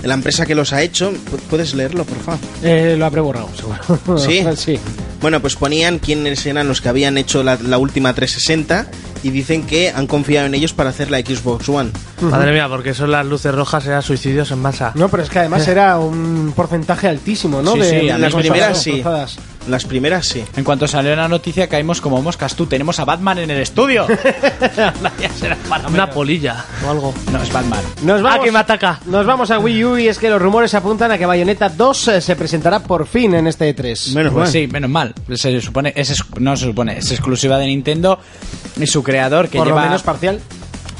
[SPEAKER 6] de la empresa que los ha hecho, Pu- puedes leerlo, por favor.
[SPEAKER 2] Eh, lo habré borrado, seguro.
[SPEAKER 6] ¿Sí?
[SPEAKER 2] sí.
[SPEAKER 6] Bueno, pues ponían quiénes eran los que habían hecho la, la última 360 y dicen que han confiado en ellos para hacer la Xbox One.
[SPEAKER 5] Madre mía, porque son las luces rojas, eran suicidios en masa.
[SPEAKER 2] No, pero es que además era un porcentaje altísimo, ¿no?
[SPEAKER 4] Sí,
[SPEAKER 2] de,
[SPEAKER 4] sí,
[SPEAKER 2] de
[SPEAKER 4] a mí
[SPEAKER 6] las
[SPEAKER 2] consolas
[SPEAKER 6] primeras sí.
[SPEAKER 2] forzadas.
[SPEAKER 6] Las primeras sí.
[SPEAKER 4] En cuanto salió la noticia, caímos como moscas. Tú, tenemos a Batman en el estudio.
[SPEAKER 5] Una polilla o algo.
[SPEAKER 4] No, es Batman.
[SPEAKER 2] Nos vamos,
[SPEAKER 5] Ah, que me ataca.
[SPEAKER 2] Nos vamos a Wii U y es que los rumores apuntan a que Bayonetta 2 se presentará por fin en este E3.
[SPEAKER 6] Menos
[SPEAKER 4] Pues
[SPEAKER 6] mal.
[SPEAKER 4] sí, menos mal. Se supone, es, ex- no se supone, es exclusiva de Nintendo y su creador que
[SPEAKER 2] por
[SPEAKER 4] lleva.
[SPEAKER 2] lo menos parcial.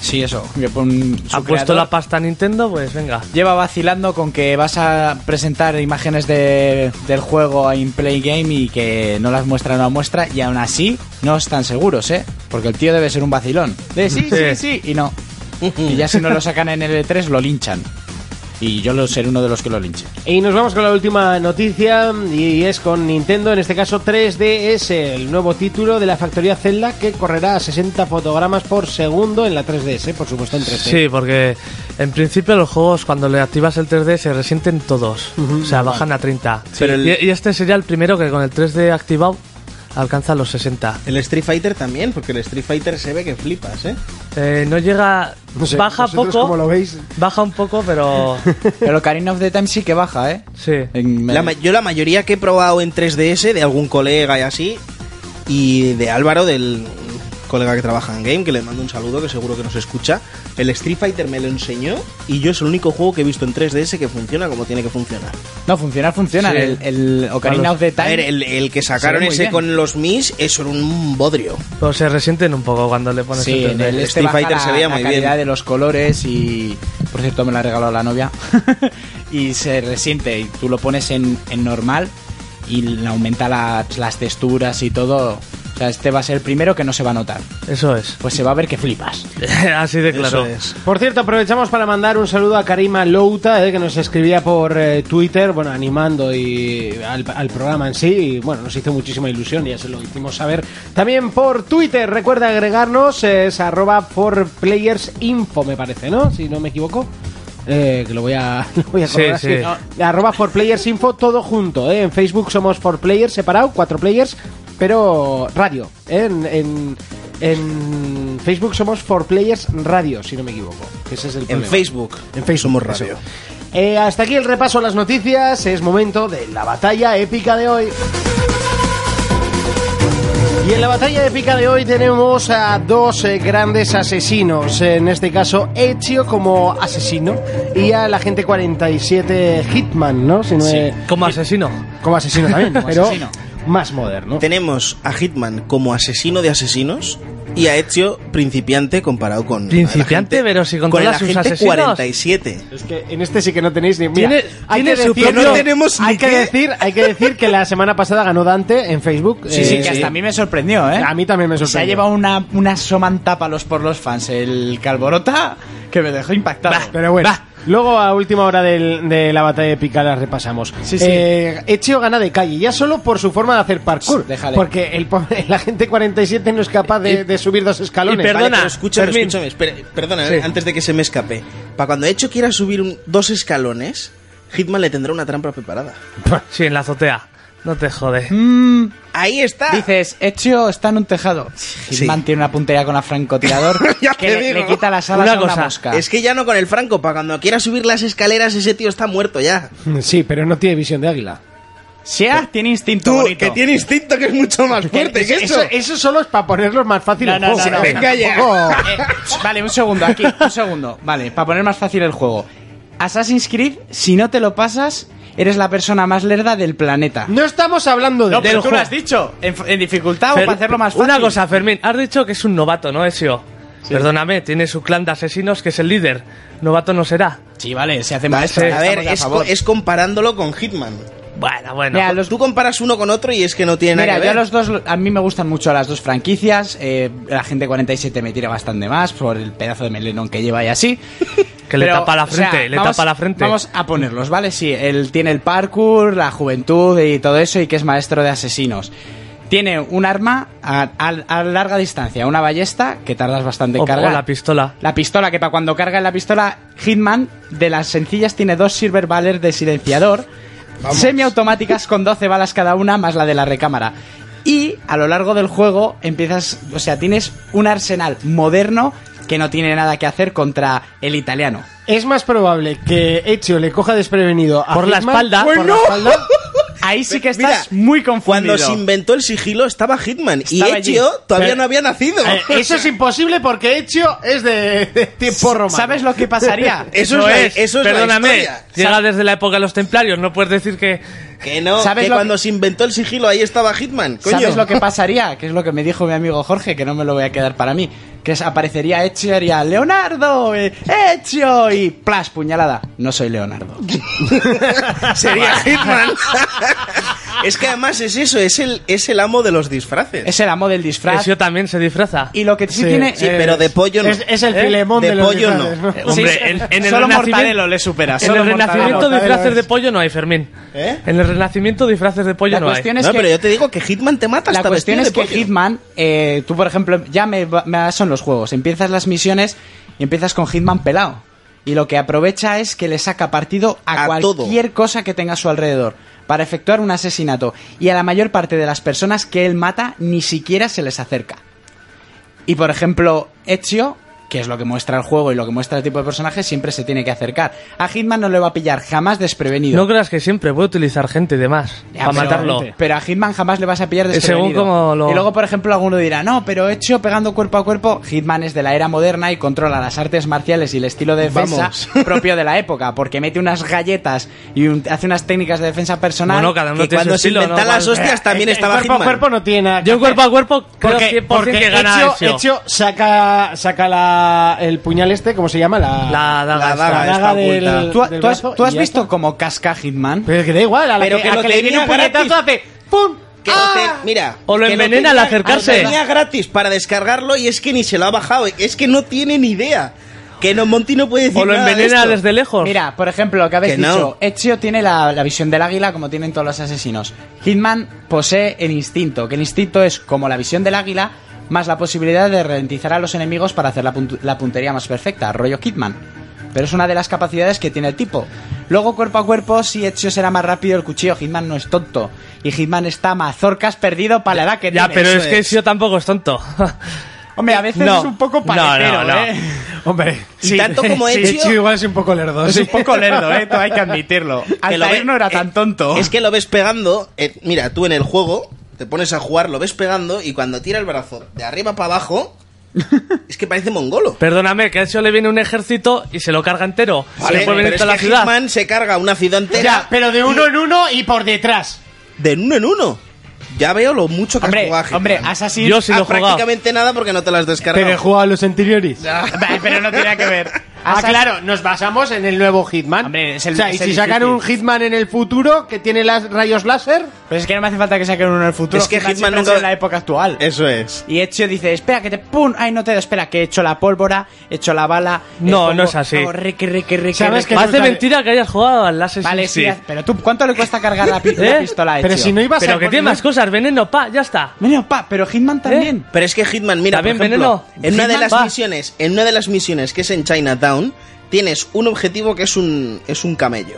[SPEAKER 4] Sí, eso. que pon- su
[SPEAKER 5] Ha puesto
[SPEAKER 4] creador
[SPEAKER 5] la pasta a Nintendo, pues venga.
[SPEAKER 4] Lleva vacilando con que vas a presentar imágenes de- del juego en Play Game y que no las muestra, no las muestra, y aún así no están seguros, ¿eh? Porque el tío debe ser un vacilón. De sí, sí, sí, y no. Y ya si no lo sacan en el E3, lo linchan. Y yo lo seré uno de los que lo linche.
[SPEAKER 2] Y nos vamos con la última noticia y es con Nintendo, en este caso 3DS, el nuevo título de la factoría Zelda que correrá a 60 fotogramas por segundo en la 3DS, por supuesto en 3D.
[SPEAKER 5] Sí, porque en principio los juegos cuando le activas el 3D se resienten todos. o sea, bajan a 30.
[SPEAKER 6] Pero el-
[SPEAKER 5] y, y este sería el primero que con el 3D activado alcanza los 60.
[SPEAKER 6] El Street Fighter también, porque el Street Fighter se ve que flipas, ¿eh?
[SPEAKER 5] Eh, no llega...
[SPEAKER 2] No sé,
[SPEAKER 5] baja
[SPEAKER 2] vosotros
[SPEAKER 5] poco.
[SPEAKER 2] cómo lo veis.
[SPEAKER 5] Baja un poco, pero...
[SPEAKER 4] Pero Karina of the Time sí que baja, ¿eh?
[SPEAKER 5] sí.
[SPEAKER 4] En-
[SPEAKER 6] La ma- yo la mayoría que he probado en 3DS de algún colega y así, y de Álvaro, del colega que trabaja en Game, que le mando un saludo, que seguro que nos escucha, el Street Fighter me lo enseñó y yo es el único juego que he visto en 3DS que funciona como tiene que funcionar.
[SPEAKER 4] No, funciona, funciona.
[SPEAKER 5] Sí.
[SPEAKER 4] El, el Ocarina
[SPEAKER 5] Claro.
[SPEAKER 4] of the
[SPEAKER 6] A ver,
[SPEAKER 4] Time.
[SPEAKER 6] el, el que sacaron
[SPEAKER 4] muy
[SPEAKER 6] ese
[SPEAKER 4] bien.
[SPEAKER 6] con los Mis, eso era un bodrio.
[SPEAKER 5] Pero se resienten un poco cuando le pones
[SPEAKER 4] Sí,
[SPEAKER 5] el 3D.
[SPEAKER 4] en el este
[SPEAKER 6] Street
[SPEAKER 4] baja
[SPEAKER 6] Fighter
[SPEAKER 4] la,
[SPEAKER 6] se veía
[SPEAKER 4] la
[SPEAKER 6] muy
[SPEAKER 4] calidad
[SPEAKER 6] bien.
[SPEAKER 4] de los colores y por cierto me la ha regalado la novia y se resiente y tú lo pones en, en normal y le aumenta la- pues, las texturas y todo. O sea, este va a ser el primero que no se va a notar.
[SPEAKER 5] Eso es.
[SPEAKER 4] Pues se va a ver que flipas.
[SPEAKER 5] Así de
[SPEAKER 6] Eso
[SPEAKER 5] claro.
[SPEAKER 6] es.
[SPEAKER 2] Por cierto, aprovechamos para mandar un saludo a Karima Louta, eh, que nos escribía por eh, Twitter, bueno, animando y al, al programa en sí. Y, bueno, nos hizo muchísima ilusión, ya se lo hicimos saber. También por Twitter, recuerda agregarnos, eh, es arroba por players info, me parece, ¿no? Si no me equivoco. Eh, que lo voy a, lo voy a
[SPEAKER 5] Sí,
[SPEAKER 2] corroborar,
[SPEAKER 5] sí.
[SPEAKER 2] No, Arroba for players info, todo junto. eh. En Facebook somos for players separado, cuatro players, pero radio. eh. En, en- en Facebook somos for players radio, si no me equivoco. que Ese es el
[SPEAKER 6] En
[SPEAKER 2] problema.
[SPEAKER 6] Facebook.
[SPEAKER 2] En Facebook,
[SPEAKER 6] Somos
[SPEAKER 2] eso.
[SPEAKER 6] radio.
[SPEAKER 2] Eh, hasta aquí el repaso a las noticias. Es momento de la batalla épica de hoy. Y en la batalla épica de hoy tenemos a dos eh, grandes asesinos, en este caso Ezio como asesino y a la gente 47 Hitman, ¿no? Si no he-
[SPEAKER 5] Como asesino.
[SPEAKER 2] Como asesino también,
[SPEAKER 4] Como
[SPEAKER 2] pero
[SPEAKER 4] asesino.
[SPEAKER 2] más moderno.
[SPEAKER 6] Tenemos a Hitman como asesino de asesinos y a Ezio principiante comparado con
[SPEAKER 5] Principiante,
[SPEAKER 6] el agente-
[SPEAKER 5] pero si
[SPEAKER 6] con
[SPEAKER 5] controla
[SPEAKER 6] el
[SPEAKER 5] sus
[SPEAKER 6] agente
[SPEAKER 5] asesinos.
[SPEAKER 6] 47.
[SPEAKER 2] Es que en este sí que no tenéis ni mira,
[SPEAKER 5] Tiene-
[SPEAKER 2] hay
[SPEAKER 5] tiene
[SPEAKER 2] que
[SPEAKER 5] su
[SPEAKER 2] decir,
[SPEAKER 5] propio-
[SPEAKER 6] No tenemos ni
[SPEAKER 2] hay que
[SPEAKER 6] qué.
[SPEAKER 2] decir, hay que decir que la semana pasada ganó Dante en Facebook.
[SPEAKER 4] Sí,
[SPEAKER 2] Eh,
[SPEAKER 4] sí, que hasta a mí me sorprendió, ¿eh?
[SPEAKER 2] A mí también me sorprendió.
[SPEAKER 4] Se ha llevado una, una somantapa los por los fans el Calborota que me dejó impactado.
[SPEAKER 2] Pero bueno,
[SPEAKER 4] Va.
[SPEAKER 2] luego a última hora del- de la batalla épica la repasamos.
[SPEAKER 4] Sí, sí.
[SPEAKER 2] Eh, Ezio gana de calle, ya solo por su forma de hacer parkour.
[SPEAKER 4] Sí, déjale.
[SPEAKER 2] Porque el, po- la gente 47 no es capaz de, de subir dos escalones.
[SPEAKER 5] y perdona,
[SPEAKER 6] pero escúchame,
[SPEAKER 5] Fermín.
[SPEAKER 6] escúchame, espera, perdona,
[SPEAKER 5] Sí.
[SPEAKER 6] antes de que se me escape. Para cuando hecho quiera subir un- dos escalones, Hitman le tendrá una trampa preparada.
[SPEAKER 5] Sí, en la azotea. No te jode.
[SPEAKER 4] Mm,
[SPEAKER 6] Ahí está.
[SPEAKER 4] Dices, Ezio está en un tejado.
[SPEAKER 6] Sí.
[SPEAKER 4] Mantiene una puntería con la francotirador
[SPEAKER 6] Ya
[SPEAKER 4] que
[SPEAKER 6] te
[SPEAKER 4] le,
[SPEAKER 6] digo.
[SPEAKER 4] le quita las alas
[SPEAKER 5] Una
[SPEAKER 4] a una
[SPEAKER 5] cosa,
[SPEAKER 4] mosca.
[SPEAKER 6] Es que ya no con el Franco, para cuando quiera subir las escaleras ese tío está muerto ya.
[SPEAKER 2] Vale. Sí, pero no tiene visión de águila.
[SPEAKER 4] Sea tiene instinto bonito.
[SPEAKER 6] instinto que es mucho más
[SPEAKER 2] eso, eso solo es para ponerlos más fácil
[SPEAKER 4] No,
[SPEAKER 2] el
[SPEAKER 4] no,
[SPEAKER 2] juego,
[SPEAKER 4] no, no.
[SPEAKER 2] ¿eh?
[SPEAKER 6] Venga ya.
[SPEAKER 2] Tampoco-
[SPEAKER 4] Eh, vale, un segundo, aquí, un segundo. Vale, para poner más fácil el juego. Assassin's Creed, si no te lo pasas, eres la persona más lerda del planeta.
[SPEAKER 2] No estamos hablando de
[SPEAKER 4] No, pero
[SPEAKER 2] del
[SPEAKER 4] tú lo
[SPEAKER 2] juego.
[SPEAKER 4] has dicho. En, en dificultad o
[SPEAKER 5] Fer-
[SPEAKER 4] para hacerlo más fácil.
[SPEAKER 5] Una cosa, Fermín, has dicho que es un novato, ¿no, Ezio? Perdóname, tiene su clan de asesinos que es el líder. Novato no será.
[SPEAKER 4] Sí, vale, se hace más.
[SPEAKER 5] sí.
[SPEAKER 6] A ver, es, co- es comparándolo con Hitman.
[SPEAKER 5] Bueno, bueno.
[SPEAKER 4] Mira, los-
[SPEAKER 6] Tú comparas uno con otro y es que no tiene
[SPEAKER 4] Mira,
[SPEAKER 6] nada que
[SPEAKER 4] yo
[SPEAKER 6] ver.
[SPEAKER 4] los dos, a mí me gustan mucho las dos franquicias. eh, la gente 47 me tira bastante más por el pedazo de melenón que lleva y así.
[SPEAKER 5] Que le
[SPEAKER 4] Pero,
[SPEAKER 5] tapa la
[SPEAKER 4] o sea,
[SPEAKER 5] frente, le
[SPEAKER 4] vamos-
[SPEAKER 5] tapa la frente.
[SPEAKER 4] Vamos a ponerlos, ¿vale? Sí, él tiene el parkour, la juventud y todo eso, y que es maestro de asesinos. Tiene un arma a, a- a larga distancia, una ballesta que tardas bastante en
[SPEAKER 5] O- o
[SPEAKER 4] cargar.
[SPEAKER 5] la pistola.
[SPEAKER 4] La pistola, que para cuando carga en la pistola, Hitman de las sencillas tiene dos Silver Baller de silenciador, semiautomáticas con 12 balas cada una, más la de la recámara. Y a lo largo del juego empiezas, o sea, tienes un arsenal moderno que no tiene nada que hacer contra el italiano.
[SPEAKER 2] Es más probable que Ezio le coja desprevenido a
[SPEAKER 5] Por la
[SPEAKER 2] Hitman-
[SPEAKER 5] espalda.
[SPEAKER 2] por la
[SPEAKER 5] Bueno.
[SPEAKER 2] espalda,
[SPEAKER 4] Ahí sí que
[SPEAKER 6] Mira,
[SPEAKER 4] estás muy confundido.
[SPEAKER 6] Cuando se inventó el sigilo estaba Hitman
[SPEAKER 4] Estaba
[SPEAKER 6] y
[SPEAKER 4] allí.
[SPEAKER 6] Ezio todavía
[SPEAKER 2] Pero-
[SPEAKER 6] no había nacido.
[SPEAKER 2] Eh, Eso es imposible porque Ezio es de, de tiempo romano.
[SPEAKER 4] ¿Sabes lo que pasaría?
[SPEAKER 6] Eso es,
[SPEAKER 5] No
[SPEAKER 6] la-
[SPEAKER 5] es,
[SPEAKER 6] eso es la
[SPEAKER 5] perdóname,
[SPEAKER 6] historia.
[SPEAKER 5] llega desde la época de los templarios, no puedes decir que...
[SPEAKER 6] Que no,
[SPEAKER 4] ¿Sabes
[SPEAKER 6] que
[SPEAKER 4] lo
[SPEAKER 6] cuando
[SPEAKER 4] que-
[SPEAKER 6] se inventó el sigilo ahí estaba Hitman, coño.
[SPEAKER 4] ¿Sabes lo que pasaría? Que es lo que me dijo mi amigo Jorge, que no me lo voy a quedar para mí. Que es- aparecería Ezio y haría Leonardo, eh, Ezio y plas, puñalada. No soy Leonardo.
[SPEAKER 6] Sería Hitman. es que además es eso, es el, es el amo de los disfraces.
[SPEAKER 4] Es el amo del disfraz.
[SPEAKER 5] Ezio también se disfraza.
[SPEAKER 4] Y lo que sí, tiene...
[SPEAKER 6] sí, pero de pollo no.
[SPEAKER 2] Es, es el
[SPEAKER 5] ¿Eh?
[SPEAKER 2] filemón de,
[SPEAKER 6] De
[SPEAKER 2] los
[SPEAKER 6] pollo no.
[SPEAKER 2] disfraces,
[SPEAKER 5] Eh, Hombre,
[SPEAKER 4] sí,
[SPEAKER 5] en, en el
[SPEAKER 4] solo
[SPEAKER 5] renacimiento-
[SPEAKER 4] Mortadelo le supera.
[SPEAKER 5] En
[SPEAKER 4] solo
[SPEAKER 5] el renacimiento
[SPEAKER 4] Mortadelo.
[SPEAKER 5] disfraces de pollo no hay, Fermín.
[SPEAKER 6] ¿Eh?
[SPEAKER 5] En el renacimiento disfraces de pollo
[SPEAKER 4] La
[SPEAKER 5] no
[SPEAKER 4] cuestión
[SPEAKER 5] hay.
[SPEAKER 4] es
[SPEAKER 6] no,
[SPEAKER 4] que-
[SPEAKER 6] pero yo te digo que Hitman te mata
[SPEAKER 4] La
[SPEAKER 6] hasta
[SPEAKER 4] cuestión es
[SPEAKER 6] vestido
[SPEAKER 4] que
[SPEAKER 6] de pollo.
[SPEAKER 4] Hitman, eh, tú por ejemplo, ya me, va- me son los juegos, empiezas las misiones y empiezas con Hitman pelado. Y lo que aprovecha es que le saca partido a,
[SPEAKER 6] A
[SPEAKER 4] cualquier cosa que tenga a su alrededor para efectuar un asesinato. Y a la mayor parte de las personas que él mata ni siquiera se les acerca. Y por ejemplo, Ezio, que es lo que muestra el juego y lo que muestra el tipo de personaje, siempre se tiene que acercar. A Hitman no le va a pillar jamás desprevenido.
[SPEAKER 5] No creas que siempre voy a utilizar gente de más
[SPEAKER 4] Ya,
[SPEAKER 5] para
[SPEAKER 4] pero-
[SPEAKER 5] matarlo.
[SPEAKER 4] Pero a Hitman jamás le vas a pillar desprevenido.
[SPEAKER 5] Según como lo-
[SPEAKER 4] Y luego, por ejemplo, alguno dirá, no, pero hecho pegando cuerpo a cuerpo, Hitman es de la era moderna y controla las artes marciales y el estilo de defensa
[SPEAKER 6] Vamos.
[SPEAKER 4] propio de la época, porque mete unas galletas y un- hace unas técnicas de defensa personal.
[SPEAKER 5] Bueno, cada uno
[SPEAKER 4] que
[SPEAKER 5] tiene su
[SPEAKER 6] Cuando se
[SPEAKER 5] estilo, ¿no?
[SPEAKER 6] inventa las
[SPEAKER 5] Vale.
[SPEAKER 6] hostias también
[SPEAKER 2] El
[SPEAKER 6] estaba
[SPEAKER 2] Eh, cuerpo a
[SPEAKER 6] Hitman.
[SPEAKER 2] cuerpo no tiene nada que
[SPEAKER 5] Yo cuerpo a cuerpo creo
[SPEAKER 2] Porque,
[SPEAKER 5] 100%
[SPEAKER 2] porque
[SPEAKER 5] que gana
[SPEAKER 2] Ezio,
[SPEAKER 5] Ezio.
[SPEAKER 2] Ezio saca, saca la, el puñal este, ¿cómo se llama? La,
[SPEAKER 5] La daga
[SPEAKER 6] La
[SPEAKER 5] esta.
[SPEAKER 6] daga.
[SPEAKER 2] la
[SPEAKER 6] está
[SPEAKER 2] daga del,
[SPEAKER 6] oculta.
[SPEAKER 4] ¿Tú,
[SPEAKER 2] del
[SPEAKER 4] tú has,
[SPEAKER 2] brazo
[SPEAKER 4] tú
[SPEAKER 2] y
[SPEAKER 4] has
[SPEAKER 2] ya
[SPEAKER 4] visto
[SPEAKER 2] está.
[SPEAKER 4] como casca Hitman?
[SPEAKER 2] Pero que da igual, a la
[SPEAKER 6] Pero
[SPEAKER 2] que,
[SPEAKER 6] que
[SPEAKER 2] a
[SPEAKER 6] lo
[SPEAKER 2] que le viene
[SPEAKER 6] tenía
[SPEAKER 2] un puñetazo
[SPEAKER 6] gratis.
[SPEAKER 2] hace ¡pum!
[SPEAKER 6] Que no
[SPEAKER 2] ¡Ah!
[SPEAKER 6] te- mira,
[SPEAKER 5] O lo
[SPEAKER 6] que no
[SPEAKER 5] envenena al
[SPEAKER 6] tenía-
[SPEAKER 5] acercarse.
[SPEAKER 6] lo tenía gratis para descargarlo y es que ni se lo ha bajado. Es que no tiene ni idea. Que no, Monty no puede decir
[SPEAKER 5] O lo
[SPEAKER 6] nada de
[SPEAKER 5] envenena
[SPEAKER 6] esto.
[SPEAKER 5] desde lejos.
[SPEAKER 4] Mira, por ejemplo, lo que habéis
[SPEAKER 6] Que no.
[SPEAKER 4] dicho, Ezio tiene la, la visión del águila como tienen todos los asesinos. Hitman posee el instinto, que el instinto es como la visión del águila más la posibilidad de ralentizar a los enemigos para hacer la, puntu- la puntería más perfecta, rollo Hitman. Pero es una de las capacidades que tiene el tipo. Luego, cuerpo a cuerpo, si Ezio será más rápido el cuchillo, Hitman no es tonto. Y Hitman está mazorcas perdido para la edad que
[SPEAKER 5] ya,
[SPEAKER 4] tiene.
[SPEAKER 5] pero
[SPEAKER 6] eso
[SPEAKER 5] es que
[SPEAKER 6] es.
[SPEAKER 5] Ezio tampoco es tonto.
[SPEAKER 4] Hombre, a veces
[SPEAKER 5] No.
[SPEAKER 4] es un poco
[SPEAKER 5] No,
[SPEAKER 4] paletero,
[SPEAKER 5] no, no.
[SPEAKER 4] ¿eh?
[SPEAKER 2] Hombre,
[SPEAKER 6] Y tanto como
[SPEAKER 2] sí,
[SPEAKER 6] Ezio-
[SPEAKER 2] Ezio igual es un poco lerdo.
[SPEAKER 4] Es
[SPEAKER 2] sí.
[SPEAKER 4] un poco lerdo, ¿eh? Todo hay que admitirlo.
[SPEAKER 6] Que lo
[SPEAKER 4] Altair
[SPEAKER 6] ve-
[SPEAKER 4] no era
[SPEAKER 6] eh,
[SPEAKER 4] tan tonto.
[SPEAKER 6] Es que lo ves pegando. eh, mira, tú en el juego te pones a jugar, lo ves pegando y cuando tira el brazo de arriba para abajo, es que parece mongolo.
[SPEAKER 5] Perdóname, que a Ezio le viene un ejército y se lo carga entero. se
[SPEAKER 6] Vale,
[SPEAKER 5] lo vuelve
[SPEAKER 6] pero
[SPEAKER 5] en toda
[SPEAKER 6] es
[SPEAKER 5] la
[SPEAKER 6] que
[SPEAKER 5] ciudad.
[SPEAKER 6] Hitman se carga una ciudad entera
[SPEAKER 2] Ya, pero de uno en uno y por detrás.
[SPEAKER 6] de uno en uno. Ya veo lo mucho que has
[SPEAKER 4] Hombre,
[SPEAKER 6] jugado a Hitman.
[SPEAKER 4] hombre, Assassin's
[SPEAKER 5] Yo sí
[SPEAKER 6] Ah,
[SPEAKER 5] lo he jugado.
[SPEAKER 6] prácticamente nada porque no te las descargas.
[SPEAKER 2] Pero he jugado a los anteriores.
[SPEAKER 4] Vale, pero no tiene que ver.
[SPEAKER 2] Ah,
[SPEAKER 4] Assassin-
[SPEAKER 2] claro, nos basamos en el nuevo Hitman.
[SPEAKER 4] Hombre, es el-
[SPEAKER 2] o sea, y
[SPEAKER 4] es
[SPEAKER 2] si
[SPEAKER 4] el
[SPEAKER 2] sacan
[SPEAKER 4] difícil.
[SPEAKER 2] un Hitman en el futuro que tiene las rayos láser,
[SPEAKER 4] Pero es que no me hace falta que saquen uno en el futuro.
[SPEAKER 6] Es que Hitman
[SPEAKER 4] siempre ha
[SPEAKER 6] nunca-
[SPEAKER 4] sido en la época actual.
[SPEAKER 6] Eso es.
[SPEAKER 4] Y Ezio dice, espera, que te... ¡Pum! ¡Ay, no te... Espera, que he hecho la pólvora, he hecho la bala... eh,
[SPEAKER 5] No,
[SPEAKER 4] pongo-
[SPEAKER 5] no es así.
[SPEAKER 4] hago riqui, riqui, riqui,
[SPEAKER 2] ¿Sabes
[SPEAKER 4] riqui.
[SPEAKER 2] que
[SPEAKER 5] Más
[SPEAKER 2] no
[SPEAKER 5] de
[SPEAKER 2] sale-
[SPEAKER 5] mentira que hayas jugado al Assassin's
[SPEAKER 4] Vale, sí,
[SPEAKER 5] Creed.
[SPEAKER 4] pero tú, ¿cuánto le cuesta cargar la, pi- la
[SPEAKER 5] ¿Eh?
[SPEAKER 4] pistola a
[SPEAKER 2] pero
[SPEAKER 4] Ezio?
[SPEAKER 2] si no ibas a
[SPEAKER 5] Pero que tiene más cosas, veneno, pa, ya está.
[SPEAKER 4] Bueno, pa, pero Hitman
[SPEAKER 5] ¿Eh?
[SPEAKER 4] también.
[SPEAKER 6] Pero es que Hitman, mira, por
[SPEAKER 5] También
[SPEAKER 6] ejemplo,
[SPEAKER 5] veneno.
[SPEAKER 6] en una de
[SPEAKER 5] Hitman,
[SPEAKER 6] las
[SPEAKER 5] va.
[SPEAKER 6] misiones, en una de las misiones que es en Chinatown, tienes un objetivo que es un es un camello